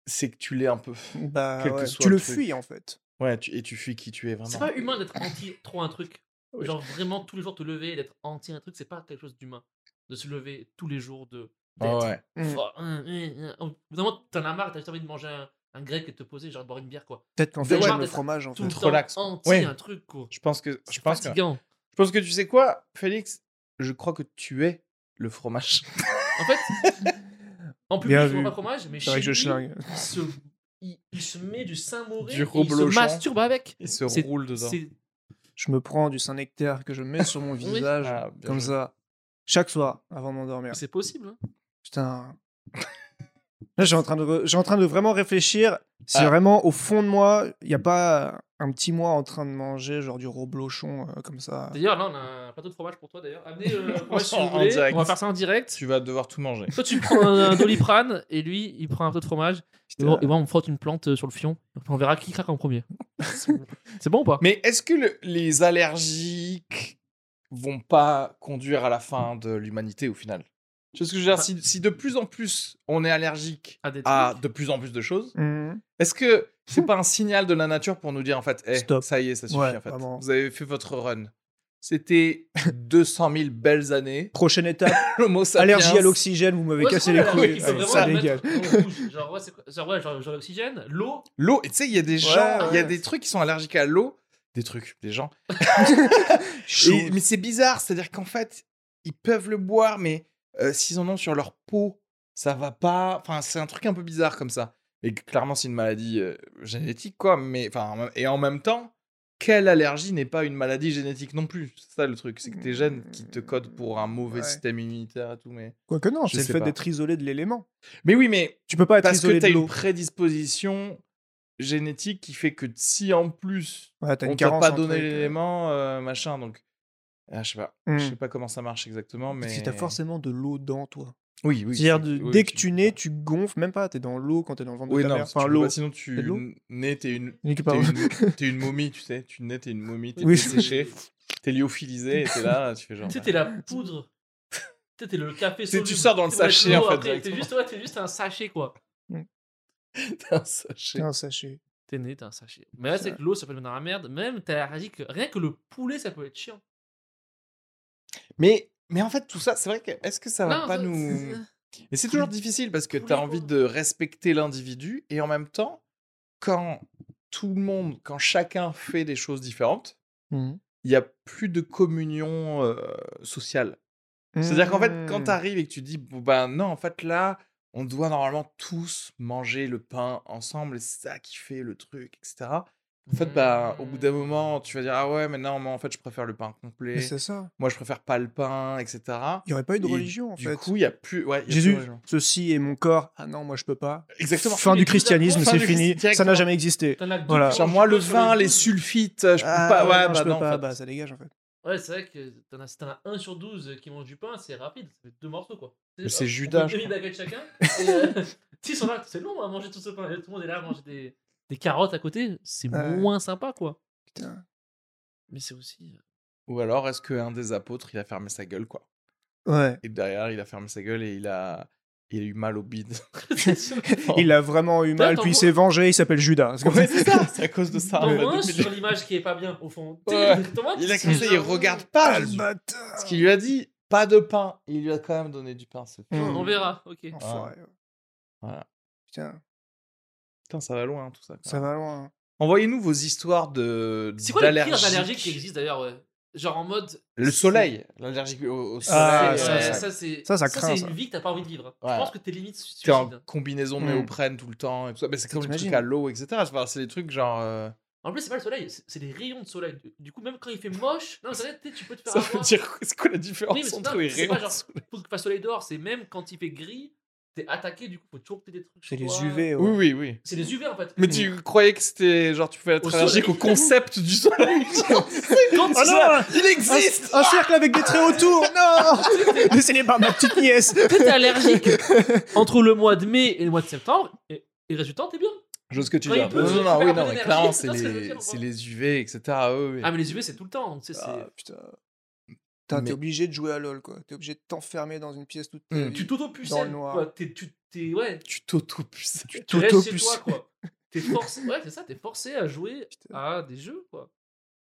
B: c'est que tu l'es un peu.
A: Bah,
B: Quel que
A: ouais.
B: soit
A: Tu
B: le
A: le
B: truc.
A: fuis en fait.
B: Ouais, tu- et tu fuis qui tu es vraiment.
C: C'est pas humain d'être anti trop un truc.
B: Oui.
C: Genre vraiment tous les jours te lever et d'être anti un truc, c'est pas quelque chose d'humain. De se lever tous les jours de.
B: Ah
C: d'être-
B: ouais.
A: Mm.
C: Oh, hein, hein, hein. Au bout d'un moment, t'en as marre, t'as juste envie de manger un, un grec et de te poser, genre de boire une bière quoi.
A: Peut-être qu'en
C: T'as
A: fait,
C: marre
A: j'aime le
C: d'être
A: fromage en
C: Tout le
A: fait.
B: te
C: temps
B: relaxes, quoi.
C: anti
B: Ouais.
C: un truc quoi.
B: Je pense que je
C: C'est
B: pense que
C: fatigant.
B: je pense que tu sais quoi, Félix, je crois que tu es le fromage.
C: En fait, en public,
A: Bien
C: je mange
A: vu.
C: pas de fromage, mais
A: C'est vrai
C: chez
A: que je
C: lui,
A: schlingue.
C: il se, il, il se met du Saint-Mauré,
B: Du
C: et il se
B: reblochon.
C: masturbe avec.
B: Il se
C: C'est-
B: roule dedans.
C: C'est
A: Je me prends du Saint-Nectaire que je mets sur mon
C: Oui.
A: visage,
B: Ah, bien
A: comme
B: joué.
A: ça, chaque soir, avant de
B: Ah.
A: m'endormir.
C: c'est possible. hein.
A: Putain. Là, j'ai en train de, re- j'ai en train de vraiment réfléchir. Si
B: Ah.
A: vraiment, au fond de moi, il n'y a pas un petit moi en train de manger, genre du reblochon, euh, comme ça.
C: D'ailleurs, là, on a un plateau de fromage pour toi. D'ailleurs, amenez euh, le fromage si
B: Ah. En
C: vous voulez.
B: direct.
C: On va faire ça en direct.
B: Tu vas devoir tout manger.
C: Toi, tu prends un, un doliprane et lui, il prend un plateau de fromage. Et moi,
A: Putain.
C: et moi, on me frotte une plante euh, sur le fion. On verra qui craque en premier. C'est bon ou pas
B: Mais est-ce que le- les allergiques vont pas conduire à la fin de l'humanité au final Tu vois ce que je veux dire si, si de plus en plus on est allergique
C: Ah, des
B: à
C: trucs.
B: de plus en plus de choses,
A: Mhm.
B: Est-ce que c'est pas un signal de la nature pour nous dire en fait, Eh,
A: Stop.
B: ça y est, ça suffit
A: Ouais,
B: en fait.
A: vraiment.
B: Vous avez fait votre run. C'était 200 000 belles années.
A: Prochaine étape,
B: L'homo sapiens.
A: allergie à l'oxygène, vous m'avez
C: Ouais,
A: cassé
C: c'est
A: les
C: cool,
B: là,
A: couilles.
B: oui,
C: il faut
B: c'est
A: Allez,
C: vraiment
A: ça
C: le
A: dégage.
C: mettre en rouge. Genre, ouais, c'est quoi- genre, ouais, genre, genre l'oxygène, l'eau.
B: L'eau. Et tu sais, il y a des gens, il y a
A: ouais.
B: des trucs qui sont allergiques à l'eau, des trucs, des gens.
A: Chaud.
B: Et- mais c'est bizarre, c'est-à-dire qu'en fait, ils peuvent le boire, mais euh, s'ils en ont sur leur peau, ça va pas. Enfin, c'est un truc un peu bizarre comme ça. Et que clairement, c'est une maladie euh, génétique, quoi. Mais enfin, et en même temps, quelle allergie n'est pas une maladie génétique non plus C'est ça le truc, c'est que tes gènes qui te codent pour un mauvais
A: Mmh, Ouais.
B: système immunitaire et tout. Mais,
A: Quoique non,
B: Je
A: c'est le
B: sais
A: fait
B: pas.
A: d'être isolé de l'élément.
B: mais oui, mais
A: Tu peux pas être
B: parce que
A: isolé
B: t'as
A: de
B: une
A: l'eau.
B: prédisposition génétique qui fait que si en plus
A: Ouais, t'as
B: on
A: une
B: t'a
A: carence.
B: pas
A: en
B: donné
A: truc, euh.
B: l'élément, euh, machin, donc. Ah, je sais pas.
A: Mm.
C: Hmm.
B: Je sais pas comment ça marche exactement, mais.
A: Si t'as forcément de l'eau dans toi.
B: Oui, oui.
A: C'est-à-dire,
B: c'est-
A: de-
B: oui,
A: dès
B: oui,
A: que
B: tu-
A: tu nais, tu gonfles même pas. T'es dans l'eau quand t'es dans le ventre
B: Oui,
A: de ta
B: non,
A: mère.
B: parce que
A: Enfin,
B: tu peux
A: l'eau.
B: pas, sinon
A: de l'eau.
B: tu nais, t'es une,
A: Quelque
B: t'es
A: part.
B: une, t'es une momie, tu sais. Tu nais, t'es une momie, t'es
A: Oui.
B: séchée, t'es lyophilisée, et t'es là, tu fais genre.
C: Tu sais, t'es la poudre. Tu sais, t'es le café
B: Tu- tu
C: soluble.
B: sors dans le
C: Tu vois,
B: sachet, en
C: l'eau
B: fait,
C: après, T'es
B: directement.
C: juste, ouais, t'es juste un sachet, quoi.
B: T'es un sachet.
A: T'es un sachet.
C: T'es né, t'es un sachet. Mais là, c'est que l'eau, ça peut devenir la merde. Même, t'as réagi que rien que le poulet, ça peut être chiant.
B: Mais, mais en fait, tout ça, c'est vrai que. Est-ce que ça va
C: Non,
B: pas
C: ça-
B: nous.
C: c'est-
B: Et c'est toujours difficile parce que
C: Tous
B: tu as
C: les
B: envie
C: jours.
B: de respecter l'individu et en même temps, quand tout le monde, quand chacun fait des choses différentes,
A: Mm.
B: il n'y a plus de communion euh, sociale. C'est-à-dire qu'en fait,
A: Mmh.
B: quand tu
A: Mm.
B: arrives et que tu dis, bon, ben non, en fait là, on doit normalement tous manger le pain ensemble, et c'est ça qui fait le truc, etc. En fait, bah, au bout d'un moment, tu vas dire, ah ouais, mais non, moi en fait, je préfère le pain
A: Mmh. Mais
B: complet,
A: C'est ça.
B: moi je préfère pas le pain, etc.
A: Il n'y aurait pas eu de
B: Et
A: religion, en
B: du
A: fait.
B: coup, il n'y a plus. Ouais, il y a plus de
A: Jésus,
B: religion.
A: ceci est mon corps. Ah non, moi je peux pas.
B: Exactement.
A: Fin
C: Mais
A: du
C: tout
A: christianisme,
B: d'abord, fin
A: c'est
B: du
A: fini.
B: christi-
A: Ça n'a
C: directement.
A: jamais existé.
C: T'en as que deux
A: Voilà.
C: tranches,
B: Genre moi
C: tu
B: le
C: peux sur
B: vin,
C: douze.
B: les sulfites, euh, je peux pas.
A: Ah,
B: Ouais,
A: non,
B: bah
A: je peux
B: non. en
A: pas.
B: fait.
A: Bah, ça dégage, en fait.
C: Ouais, c'est vrai que t'en as, si t'en as un sur 12 qui mange du pain, c'est rapide, ça fait deux morceaux quoi.
B: Mais c'est
C: hop,
B: Judas,
C: on
B: je
C: fait Demi baguette chacun. et, euh, S'ils sont là, c'est long à manger tout ce pain. Et tout le monde est là à manger des, des carottes à côté, c'est
A: Ouais.
C: moins sympa quoi.
A: Putain.
C: Mais c'est aussi.
B: Ou alors est-ce qu'un des apôtres il a fermé sa gueule quoi
A: Ouais.
B: Et derrière il a fermé sa gueule et il a il a eu mal au bide.
A: Il a vraiment eu mal,
C: Peut-être,
A: puis
C: en
A: il s'est vengé, il s'appelle Judas. Parce que-
B: Ouais, c'est ça, c'est à cause de ça.
C: T'en
B: en fait,
C: vois un
B: depuis
C: sur
B: le-
C: l'image qui est pas bien au fond.
B: Ouais.
C: T'sais, Thomas,
B: Il a
C: c'est
B: commencé,
C: genre,
B: il regarde
A: Ah,
B: pas
A: le
B: je-
A: bâtard.
B: ce qu'il lui a dit. Pas de pain. Il lui a quand même donné du pain. ce-
C: Mm. On verra, ok.
A: Enfoiré, ouais.
B: Voilà.
A: Putain,
B: Putain, ça va loin hein, tout ça. quoi.
A: ça va loin.
B: Envoyez-nous vos histoires de.
C: C'est quoi les pires
B: d'allergies.
C: allergiques qui existent d'ailleurs ouais Genre en mode.
B: Le soleil, l'allergie au, au soleil. euh,
A: Ah,
C: c'est-
A: ça,
C: ouais,
A: ça-
C: c'est
A: ça, ça craint,
C: c'est
A: ça.
C: une vie que t'as pas envie de vivre. hein.
B: Ouais.
C: Je pense que t'es limite
B: T'es en
C: suicide. hein.
B: combinaison de
A: Mm.
B: néoprène tout le temps et tout ça. Mais c'est comme les trucs
A: T'imagines
B: à l'eau, etc. Enfin, c'est des trucs genre. euh,
C: En plus, c'est pas le soleil, c'est c'est les rayons de soleil. Du- Du coup, même quand il fait moche, non, mais c'est vrai, tu sais, tu peux te faire
B: Ça veut
C: avoir.
B: dire quoi C'est quoi la
C: Oui, mais
B: différence
C: c'est
B: entre
C: dingue,
B: les
C: c'est
B: rayons
C: pas genre- Faut que tu fasses soleil dehors, c'est même quand il fait gris, t'es attaqué, du coup, faut toujours péter des trucs.
A: C'est
C: sur
A: les
C: toi.
A: UV. ouais.
B: Oui, oui, oui.
C: C'est les UV en fait.
B: Mais
A: Mm.
B: tu croyais que c'était genre tu pouvais être
C: Au
B: allergique au
C: soleil.
B: concept du soleil genre, c'est- c'est
C: Quand
A: non
B: ça, Il
A: Un,
B: existe
A: un cercle avec des traits autour Non Laissez-les par ma petite nièce
C: t'es allergique entre le mois de mai et le mois de septembre, et, et résultat, t'es bien.
B: Je ce que tu
C: Quand
B: dis.
C: il
B: Non,
C: pleut,
B: non,
C: tu
B: non,
C: perds
B: oui,
C: ton
B: non, mais
C: énergie,
B: clairement,
C: c'est
B: c'est
C: ça que ça veut
B: les,
C: dire,
B: c'est
C: quoi.
B: les UV, etc. oui, oui.
C: Ah, mais les UV, c'est tout le temps. tu sais, c'est-
A: Ah, putain. Putain,
B: Mais-
A: T'es obligé de jouer à LoL, quoi. T'es obligé de t'enfermer dans une pièce toute ta
B: Mm.
A: vie.
C: Tu
A: Dans le
C: t'auto-pucelles.
A: noir.
C: quoi. T'es- Tu t'es. Ouais,
B: Tu t'auto-puces.
C: tu restes chez
A: t'auto-pucelles.
C: toi, quoi. T'es forcé, ouais, c'est ça, t'es forcé à jouer à des jeux, quoi.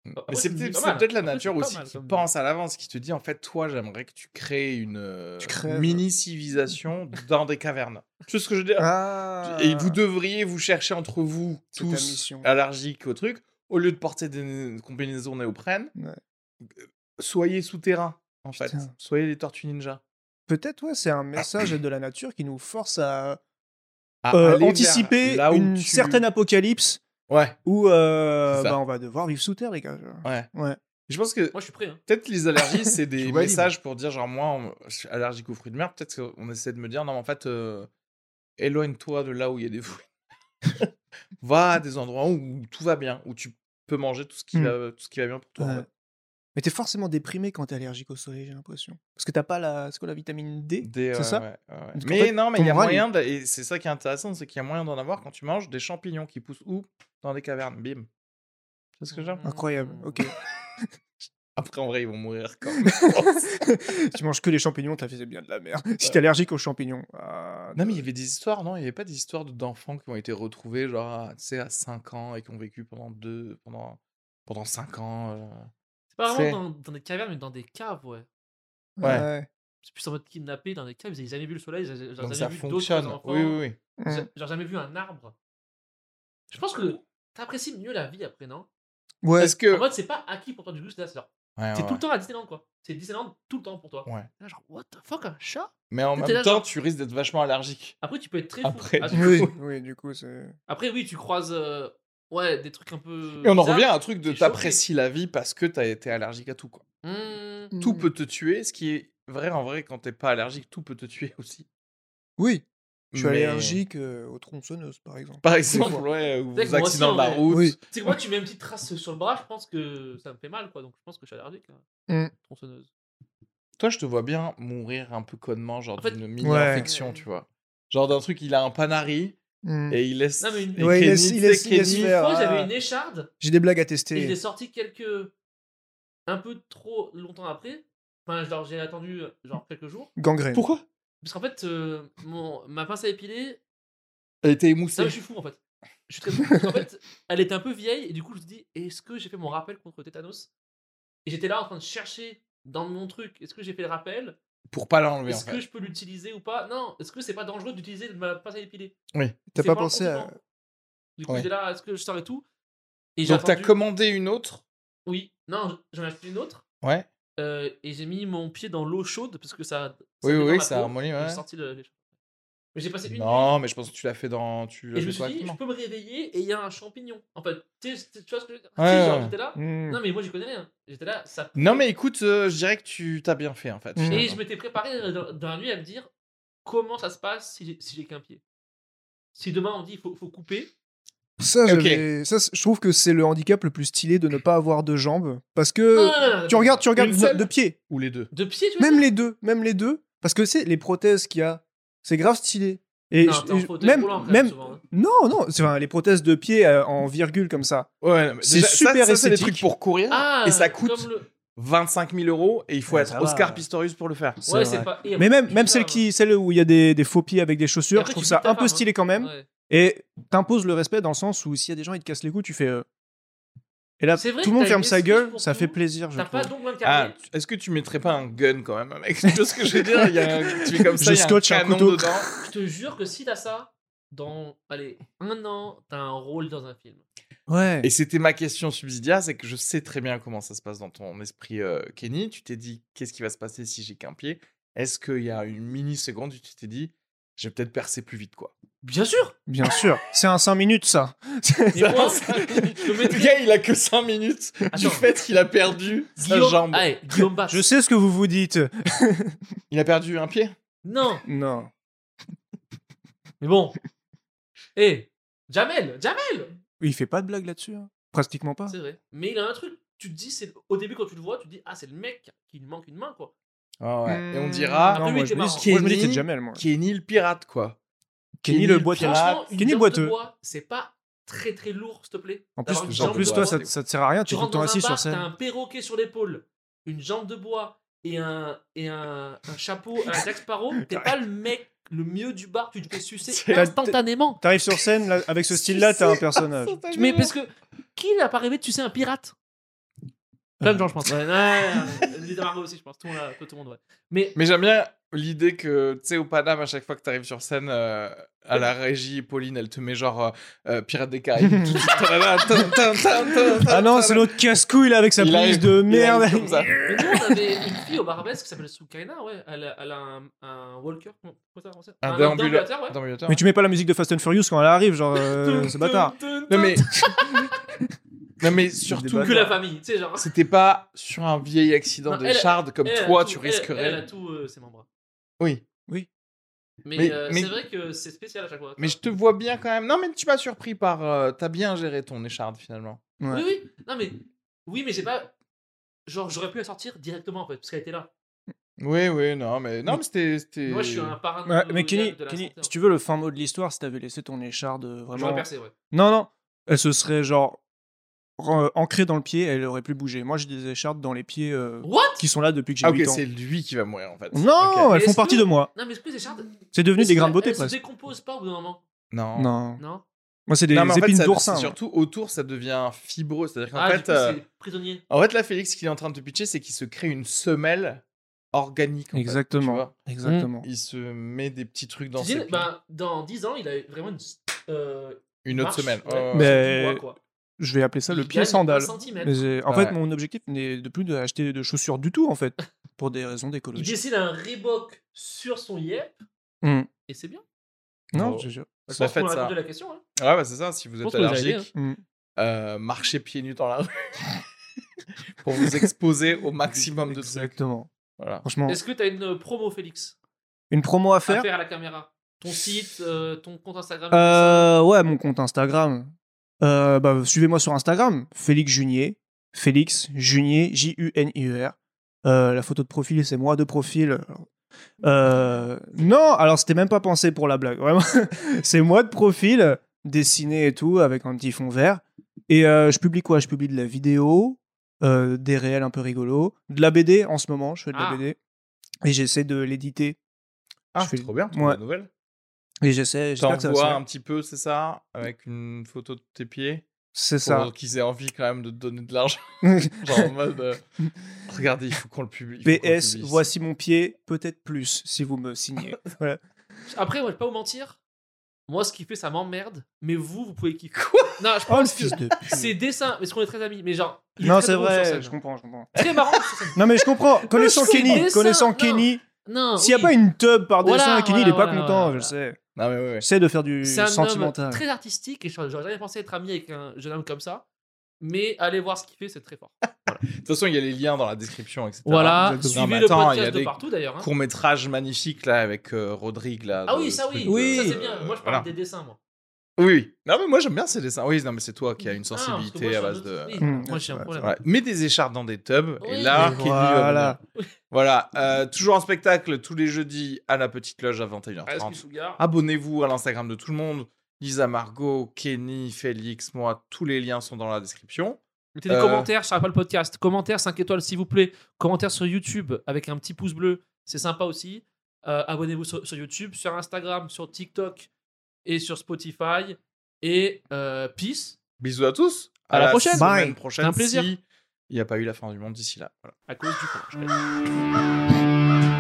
B: Mais
C: Après,
B: c'est
C: c'est
B: peut-être
C: pas
B: c'est
C: mal.
B: peut-être la
C: Après, c'est
B: nature
C: pas
B: aussi
C: mal
B: qui
C: comme-
B: pense à l'avance, qui te dit en fait, toi, j'aimerais que tu crées une euh,
A: Tu crèves.
B: mini-civilisation dans des cavernes. Tu sais ce que je veux dire
A: Ah
B: Et vous devriez vous chercher entre vous
A: C'est ta
B: tous
A: mission.
B: allergiques au truc, au lieu de porter des combinaisons néoprène.
A: Ouais.
B: euh, Soyez souterrain, en fait.
A: Putain.
B: Soyez les tortues ninja.
A: Ah. Peut-être, ouais, c'est un message de la nature qui nous force à
B: À
A: euh,
B: aller vers
A: anticiper
B: là où
A: une
B: tu-
A: certaine apocalypse
B: Ouais,
A: où euh,
B: C'est ça.
A: bah, on va devoir vivre sous terre, les gars.
B: ouais.
A: Ouais.
B: Je pense que
C: Moi, je suis prêt, hein.
B: peut-être les allergies, c'est
A: Tu
B: des
A: vois,
B: messages pour dire genre, moi, on- je suis allergique aux fruits de mer. Peut-être qu'on essaie de me dire, non, mais en fait, euh, éloigne-toi de là où il y a des fruits. va à des endroits où tout va bien, où tu peux manger tout ce qui,
A: Hmm.
B: va, tout ce qui va bien pour toi. en
A: Ouais.
B: fait.
A: Mais t'es forcément déprimé quand t'es allergique au soleil, j'ai l'impression. Parce que t'as pas la, c'est quoi, la vitamine D
B: Des, euh,
A: C'est
B: ouais,
A: ça
B: ouais, ouais, ouais.
A: Parce qu'en
B: Mais
A: fait,
B: non, mais il y a
A: ton moral,
B: moyen, d'a- et c'est ça qui est intéressant, c'est qu'il y a moyen d'en avoir quand tu manges des champignons qui poussent où Dans des cavernes, bim. C'est ce que j'aime.
A: Incroyable, ok.
B: Après, en vrai, ils vont mourir quand
A: tu manges que les champignons, t'as fait bien de la merde. Si t'es allergique aux champignons. ah,
B: Non, mais il y avait des histoires, non Il n'y avait pas des histoires de- d'enfants qui ont été retrouvés, genre, à, tu sais, à 5 ans et qui ont vécu pendant deux pendant, pendant 5 ans. euh.
C: C'est pas
B: C'est-
C: vraiment dans, dans des cavernes, mais dans des caves, ouais.
B: ouais.
C: C'est plus en mode kidnappé dans des caves, ils n'avaient jamais vu le soleil, ils n'avaient ils
B: Donc
C: avaient
B: ça
C: jamais vu d'autres
B: fonctionne.
C: enfants,
B: Oui, oui, oui.
C: ils a- ils n'avaient jamais vu un arbre. Je pense que t'apprécies mieux la vie après, non
A: Ouais.
B: Est-ce que.
C: En mode, c'est pas acquis pour toi du coup, c'est là, c'est genre,
B: Ouais,
C: t'es
B: ouais,
C: tout le temps à Disneyland, quoi. C'est Disneyland tout le temps pour toi.
B: Ouais.
C: Là, genre, what the fuck, un chat
B: Mais en
C: T'étais
B: même
C: là,
B: temps,
C: genre-
B: tu risques d'être vachement allergique.
C: Après, tu peux être très
B: Après,
C: fou. Ah,
B: du
C: tu-
A: Oui,
B: coup.
A: oui, du coup, c'est.
C: Après, oui, tu croises euh, ouais, des trucs un peu.
B: Et on en
C: bizarres.
B: revient à un truc de
C: Euh, t'es choqué.
B: t'apprécies la vie parce que t'as été allergique à tout, quoi.
C: Hmm.
B: tout
A: Mm.
B: peut te tuer, ce qui est vrai en vrai quand t'es pas allergique, tout peut te tuer aussi.
A: Oui. Je suis
B: Mais-
A: allergique euh, aux tronçonneuses, par exemple.
B: Par
A: Des
B: exemple, ouais, ou
C: Peut-être
B: aux
C: que
B: accidents
C: moi aussi,
B: de
C: en
B: la
C: vrai.
B: route.
A: Oui.
C: Tu sais que moi, tu mets une petite trace sur le bras, je pense que ça me fait mal, quoi. Donc, je pense que je suis allergique. Hein.
A: Hmm.
C: Tronçonneuse.
B: Toi, je te vois bien mourir un peu connement, genre
C: En fait-
B: d'une mini
A: Ouais.
B: infection, tu vois. Genre d'un truc, il a un panari
A: Hmm.
B: et il laisse.
C: Mmh. Non, mais une-
B: et
A: Ouais, il
B: Kenny,
A: laisse- il
B: tu sais,
A: laisse- il laisse
B: Kenny,
A: faire.
C: Moi,
A: Ah.
C: j'avais une écharde
A: J'ai des blagues à
C: et je l'ai
A: tester.
C: sorti quelques. un peu trop longtemps après. Enfin, genre, j'ai attendu euh, genre quelques jours.
A: Gangrène.
B: Pourquoi
C: Parce qu'en fait, euh, mon... ma pince à épiler.
B: Elle était
C: Non,
B: émoussée.
C: mais je suis fou en fait. Je suis très fou. Parce qu'en fait, elle était un peu vieille et du coup, je me suis dit, est-ce que j'ai fait mon rappel contre Tétanos Et j'étais là en train de chercher dans mon truc, est-ce que j'ai fait le rappel
B: Pour pas l'enlever, en
C: Est-ce que
B: fait.
C: je peux l'utiliser ou pas Non, est-ce que c'est pas dangereux d'utiliser ma pince à épiler
A: T'as
C: C'est
A: pas
C: pas un
A: pensé à.
C: compliment. Du coup,
B: Ouais.
C: j'étais là, est-ce que je sors et tout et j'ai
B: Donc, t'as
C: attendu-
B: commandé une autre.
C: Oui, non, j'en ai acheté une autre
B: Ouais.
C: euh, et j'ai mis mon pied dans l'eau chaude parce que ça.
B: Oui, oui,
C: détend
B: oui,
C: la
B: ça
C: peau.
B: ramollit,
C: J'ai
B: ouais.
C: senti le- les- Mais j'ai passé une
B: Non, mais je pense que tu l'as fait dans. Tu
C: nuit
B: l'as
C: et je me
B: fait
C: suis dit,
B: correctement.
C: je peux me réveiller et il y a un champignon. En fait, tu sais, tu vois ce que je veux dire
B: Ouais,
C: Tu sais, genre,
B: ouais.
C: j'étais là.
A: Hmm.
C: Non, mais moi, j'y connais rien. J'étais là, ça.
B: Non, mais écoute, euh, je dirais que tu t'as bien fait, en fait.
A: Mm.
C: Et je
B: finalement.
C: m'étais préparé euh, dans, dans la nuit à me dire comment ça se passe si j'ai si j'ai qu'un pied. Si demain on dit il faut, faut couper,
A: Ça,
B: Ok.
A: j'avais- ça, c'est- je trouve que c'est le handicap le plus stylé de ne pas avoir de jambes. Parce que
C: Non, non, non, non,
A: Euh, tu regardes, tu regardes
B: Une
A: de,
B: seule
A: de pied.
B: Ou les deux.
C: de pied, tu vois.
A: Même les deux, même les deux. Parce que c'est les prothèses qu'il y a, c'est grave stylé. Et
C: Non,
A: je-
C: t'es en
A: je-
C: fauteuil
A: même,
C: roulant, quand même,
A: même,
C: souvent, hein.
A: non, non, c'est enfin, les prothèses de pied euh, en virgule comme ça.
B: Ouais, non, mais
A: C'est
B: déjà, ça-
A: super
B: ça, c'est des
A: esthétique.
B: trucs pour courir
C: Ah,
B: et ça coûte
C: comme le-
B: 25 000 euros et il faut
A: Ouais,
B: être
A: Ah, ça va,
B: Oscar
A: ouais.
B: Pistorius pour le faire.
A: C'est
C: Ouais,
A: vrai.
C: c'est pas. hein. et
A: Mais
C: après,
A: même,
C: tu
A: même
C: fais
A: celle
C: un-
A: qui, celle où il y a des, des faux pieds avec des
C: Et
A: chaussures,
C: après,
A: je trouve
C: tu
A: ça
C: fais ta
A: un peu
C: femme,
A: stylé quand même.
C: Ouais.
A: Et t'imposes le respect dans le sens où s'il y a des gens ils te cassent les couilles, tu fais. euh, Et là,
C: C'est vrai
A: tout
C: que
A: le monde
C: t'as
A: ferme
C: une
A: sa
C: excuse
A: gueule,
C: pour
A: ça
C: tout.
A: fait plaisir, je
C: T'as pas
A: trouve.
C: donc un
B: Ah,
C: carnet.
B: tu- est-ce que tu mettrais pas un gun quand même, mec Tu vois ce que je veux dire Il y a un- Tu fais comme ça,
A: Je
B: il y a un
A: scotche un
B: canon
A: couteau.
B: dedans.
C: Je te jure que si t'as ça, dans allez, un an, t'as un rôle dans un film.
A: Ouais.
B: Et c'était ma question subsidiaire, c'est que je sais très bien comment ça se passe dans ton esprit, euh, Kenny. Tu t'es dit, qu'est-ce qui va se passer si j'ai qu'un pied Est-ce qu'il y a une mini-seconde où tu t'es dit, je vais peut-être percer plus vite, quoi
C: Bien sûr
A: Bien sûr, c'est un 5 minutes ça.
C: Mais moi,
B: ça-
C: je le
B: Le
C: mettrais.
B: gars, il a que 5 minutes du
C: Attends.
B: fait qu'il a perdu sa
C: Guillaume... ah.
B: jambe.
C: Allez, Guillaume Bass.
A: Je sais ce que vous vous dites.
B: Il a perdu un pied
C: Non,
A: Non.
C: mais bon. Hé, Jamel, Jamel
A: Il fait pas de blague là-dessus, hein. pratiquement pas.
C: C'est vrai. Mais il a un truc. Tu te dis, c'est au début quand tu le vois, tu te dis, ah, c'est le mec qui lui manque une main, quoi.
B: Ah ouais. Et on
A: Hmm,
B: dira,
C: Après,
A: non,
C: lui,
A: moi,
C: t'es
A: je me dis,
C: marrant.
A: moi, je me dis,
B: Kenny-
A: c'est Jamel,
C: Hmm.
A: moi.
B: Kenny le pirate, quoi.
A: Kenny
B: le
A: le boiteux.
B: pirate.
C: Franchement, une
A: Kenny
C: jambe
A: Boiteux.
C: de bois, c'est pas très très lourd, s'il te plaît.
A: En
C: d'avoir une
A: plus, en
C: jambe
A: plus
C: de
A: toi,
C: bois.
A: ça, ça te sert à rien,
C: Tu
A: tu es tout le
C: rentres
A: temps
C: dans un
A: assis sur
C: bar, t'as
A: scène.
C: un perroquet sur l'épaule, une jambe de bois et un, et un, un chapeau à la Jack Sparrow, t'es pas le mec le mieux du bar, tu te fais sucer
A: C'est-
C: instantanément.
A: T'arrives sur scène, là, avec ce style-là, t'as un personnage.
C: Euh, Mais parce que qui n'a pas rêvé de sucer un pirate
A: Euh.
C: Plein de gens, je pense. Ouais, ouais, ouais, ouais. Lisa Margot aussi, je pense. Tout le monde, tout le monde ouais. Mais
B: Mais j'aime bien l'idée que, tu sais, au Paname, à chaque fois que tu arrives sur scène, euh, à la régie, Pauline, elle te met genre euh, euh, Pirates des Caraïbes. tout de suite. Tadada, tin, tin, tin, tin, tin,
A: Ah non,
B: tin.
A: c'est l'autre casse-couille là, avec sa
B: Il
A: playlist
B: arrive-
A: de
B: il arrive
A: merde.
B: comme ça.
C: Mais nous, on avait une fille au Barbès qui s'appelle Soukaina, ouais. Elle a, elle a un, un walker, comment comment ça en français
B: Un
C: déambulateur,
B: déambulateur.
C: ouais.
B: déambulateur.
A: Mais tu mets pas la musique de Fast and Furious quand elle arrive, genre, euh, ce bâtard.
B: Non, mais. non, mais surtout,
A: débat.
C: Que la famille, tu sais, genre.
B: c'était pas sur un vieil accident
C: Non,
B: de
C: elle-
B: Shard comme
C: Elle a
B: toi,
C: tout-
B: tu
C: elle-
B: risquerais.
C: Elle, a tout, euh, ses membres.
B: Oui.
C: Mais,
B: Mais-
C: euh,
B: mais-
C: c'est vrai que c'est spécial à chaque fois.
B: Mais je te vois bien quand même. Non, mais tu m'as surpris par. euh, T'as bien géré ton écharde finalement.
C: Oui, oui. Non, mais. Oui, mais j'ai pas. Genre, j'aurais pu la sortir directement, en fait, parce qu'elle était là.
B: Oui, oui, non, mais. Non,
A: Mais-
B: mais c'était- c'était.
C: Moi, je suis un parrain.
A: Ouais, mais Kenny,
C: de la
A: Kenny,
C: santé, en
A: si
C: fait.
A: tu veux le fin mot de l'histoire, si t'avais laissé ton écharde euh,
C: J'aurais
A: vraiment.
C: percé, ouais.
A: Non, non, elle se serait genre re- ancrée dans le pied, elle aurait plus bougé. Moi, j'ai des échardes dans les pieds euh,
C: What
A: qui sont là depuis que j'ai
B: Ah, ok,
A: 8 ans.
B: c'est lui qui va mourir en fait.
A: Non,
B: Ok.
A: elles font
C: Est-ce
A: partie
C: que-
A: de moi.
C: Non, mais est-ce que les échardes.
A: C'est devenu
C: elles
A: des
C: se-
A: grains de beauté
C: elles se
A: presque.
C: décomposent pas au bout d'un moment.
B: Non.
A: Non.
C: Non
A: Moi, c'est des
B: Non, mais en fait,
A: épines
B: ça-
A: d'oursin. hein.
B: c'est
A: moi.
B: surtout autour, ça devient fibreux. C'est-à-dire qu'en
C: Ah, du
B: fait,
C: coup,
B: euh,
C: c'est prisonnier.
B: en fait, là, Félix, ce qu'il est en train de te pitcher, c'est qu'il se crée une semelle organique. en fait, tu
A: Exactement.
B: vois.
A: Exactement.
B: il se met des petits trucs dans ses
C: T'imagines,
B: pieds.
C: bah, dans 10 ans, il a vraiment une. euh,
B: Une autre
C: marche,
B: semaine.
C: ouais,
B: Ouais, ouais, ouais.
A: Mais-
C: sur du bois, quoi.
A: Je vais appeler ça Oh. le
C: Il
A: pied
C: gagne
A: sandal.
C: un centimètre.
A: Mais j'ai- en
B: Ah
A: fait,
B: ouais.
A: mon objectif n'est de plus d'acheter de chaussures du tout, en fait, pour des raisons
C: Il
A: d'écologie.
C: décide un Reebok sur son Yep.
A: Hmm.
C: Et c'est bien.
A: Non,
B: Oh.
A: je te jure.
C: Je
B: Ça
C: pense
B: fait
C: qu'on a
B: ça.
C: répondu à la question. hein.
B: Ouais, bah, c'est ça. Si vous
C: Je
B: êtes
C: pense que vous avez
B: allergique, euh, marchez pieds nus dans la rue pour vous exposer au maximum de trucs.
A: Exactement.
B: Voilà.
A: Franchement,
C: Est-ce que tu as une euh, promo, Félix
A: une promo à
C: à
A: faire
C: faire à la caméra Ton site, euh, ton compte Instagram
A: Euh, ouais, mon compte Instagram. Euh, bah, suivez-moi sur Instagram, Félix Junier. Félix Junier, J-U-N-I-E-R. Euh, la photo de profil, c'est moi de profil. Euh, non, alors c'était même pas pensé pour la blague, vraiment. c'est moi de profil, dessiné et tout, avec un petit fond vert. Et euh, je publie quoi Je publie de la vidéo, euh, des réels un peu rigolos, de la BD en ce moment, je fais de
C: Ah.
A: la BD. Et j'essaie de l'éditer.
B: Ah,
A: Je fais-
B: trop bien, trop
A: Ouais.
B: bonne nouvelle.
A: Et j'essaie, j'espère que ça va se
B: T'envoies
A: faire.
B: un petit peu, c'est ça Avec une photo de tes pieds
A: C'est ça.
B: Pour qu'ils aient envie quand même de te donner de l'argent. Genre en mode. euh, Regardez, il faut qu'on le publie. il faut qu'on le
A: PS,
B: publie.
A: voici mon pied, peut-être plus si vous me signez. Voilà.
C: Après, moi, je vais pas vous mentir. Moi, ce qui fait, ça m'emmerde. Mais vous, vous pouvez kiffer.
B: Quoi
C: Non, je
A: Oh le
C: pense que
A: fils de pute.
C: c'est dessin. Mais ce qu'on est très amis. Mais genre, il est
A: Non,
C: très
A: c'est
C: drôle sur
A: vrai,
C: scène.
A: je comprends, je comprends.
C: Très marrant sur scène.
A: Non, mais je comprends. Connaissant
C: fils de
A: Kenny,
C: dessin,
A: connaissant
C: non.
A: Kenny,
C: Non.
A: s'il n'y a
C: oui.
A: pas une tub par dessin,
C: Voilà,
A: Kenny, il
C: voilà,
A: est pas
C: voilà,
A: content,
C: voilà,
A: je le sais.
B: Non, mais ouais, ouais.
A: J'essaie de faire du
C: C'est un homme
A: sentimental.
C: très artistique et j'aurais jamais pensé être ami avec un jeune homme comme ça. Mais allez voir ce qu'il fait, c'est très fort.
B: De toute façon, il y a les liens dans la description, etc.
C: Voilà,
B: Non, mais
C: suivez le
B: attends, il y a
C: podcast de
B: des
C: partout d'ailleurs. hein.
B: courts-métrages magnifiques là avec euh, Rodrigue. Là,
C: Ah
B: de-
C: oui, ça
B: truc
C: oui.
B: de-
A: euh,
C: Ça c'est bien. Moi, je parle
B: Voilà.
C: des dessins, moi.
B: Oui, oui. Non, mais moi j'aime bien ces dessins. Oui, non, mais c'est toi qui as une
C: Ah, parce que moi,
B: sensibilité
C: je
B: à
C: suis un
B: base
C: autre-
B: de.
C: oui,
A: Hmm.
C: Moi, j'ai un
A: Ouais,
C: problème.
B: Ouais. Mets des écharpes dans des tubs
C: Oui.
B: et là,
A: Et
B: Kenny va
A: Ah, voilà.
B: venir. Voilà. Euh, toujours en spectacle tous les jeudis à la petite loge à
C: Ah,
B: 21h30. Abonnez-vous à l'Instagram de tout le monde. Lisa, Margot, Kenny, Félix, moi, tous les liens sont dans la description.
C: Mettez des
B: Euh,
C: commentaires sur Apple Podcast. Commentaires 5 étoiles, s'il vous plaît. Commentaires sur YouTube avec un petit pouce bleu. C'est sympa aussi. Euh, Abonnez-vous sur, sur YouTube, sur Instagram, sur TikTok et sur Spotify. Et euh, peace.
B: Bisous à tous.
C: À la prochaine.
B: semaine
A: Bye.
B: prochaine.
C: Un plaisir.
B: si Il n'y a pas eu la fin du monde d'ici là. Voilà.
C: À cause du courage.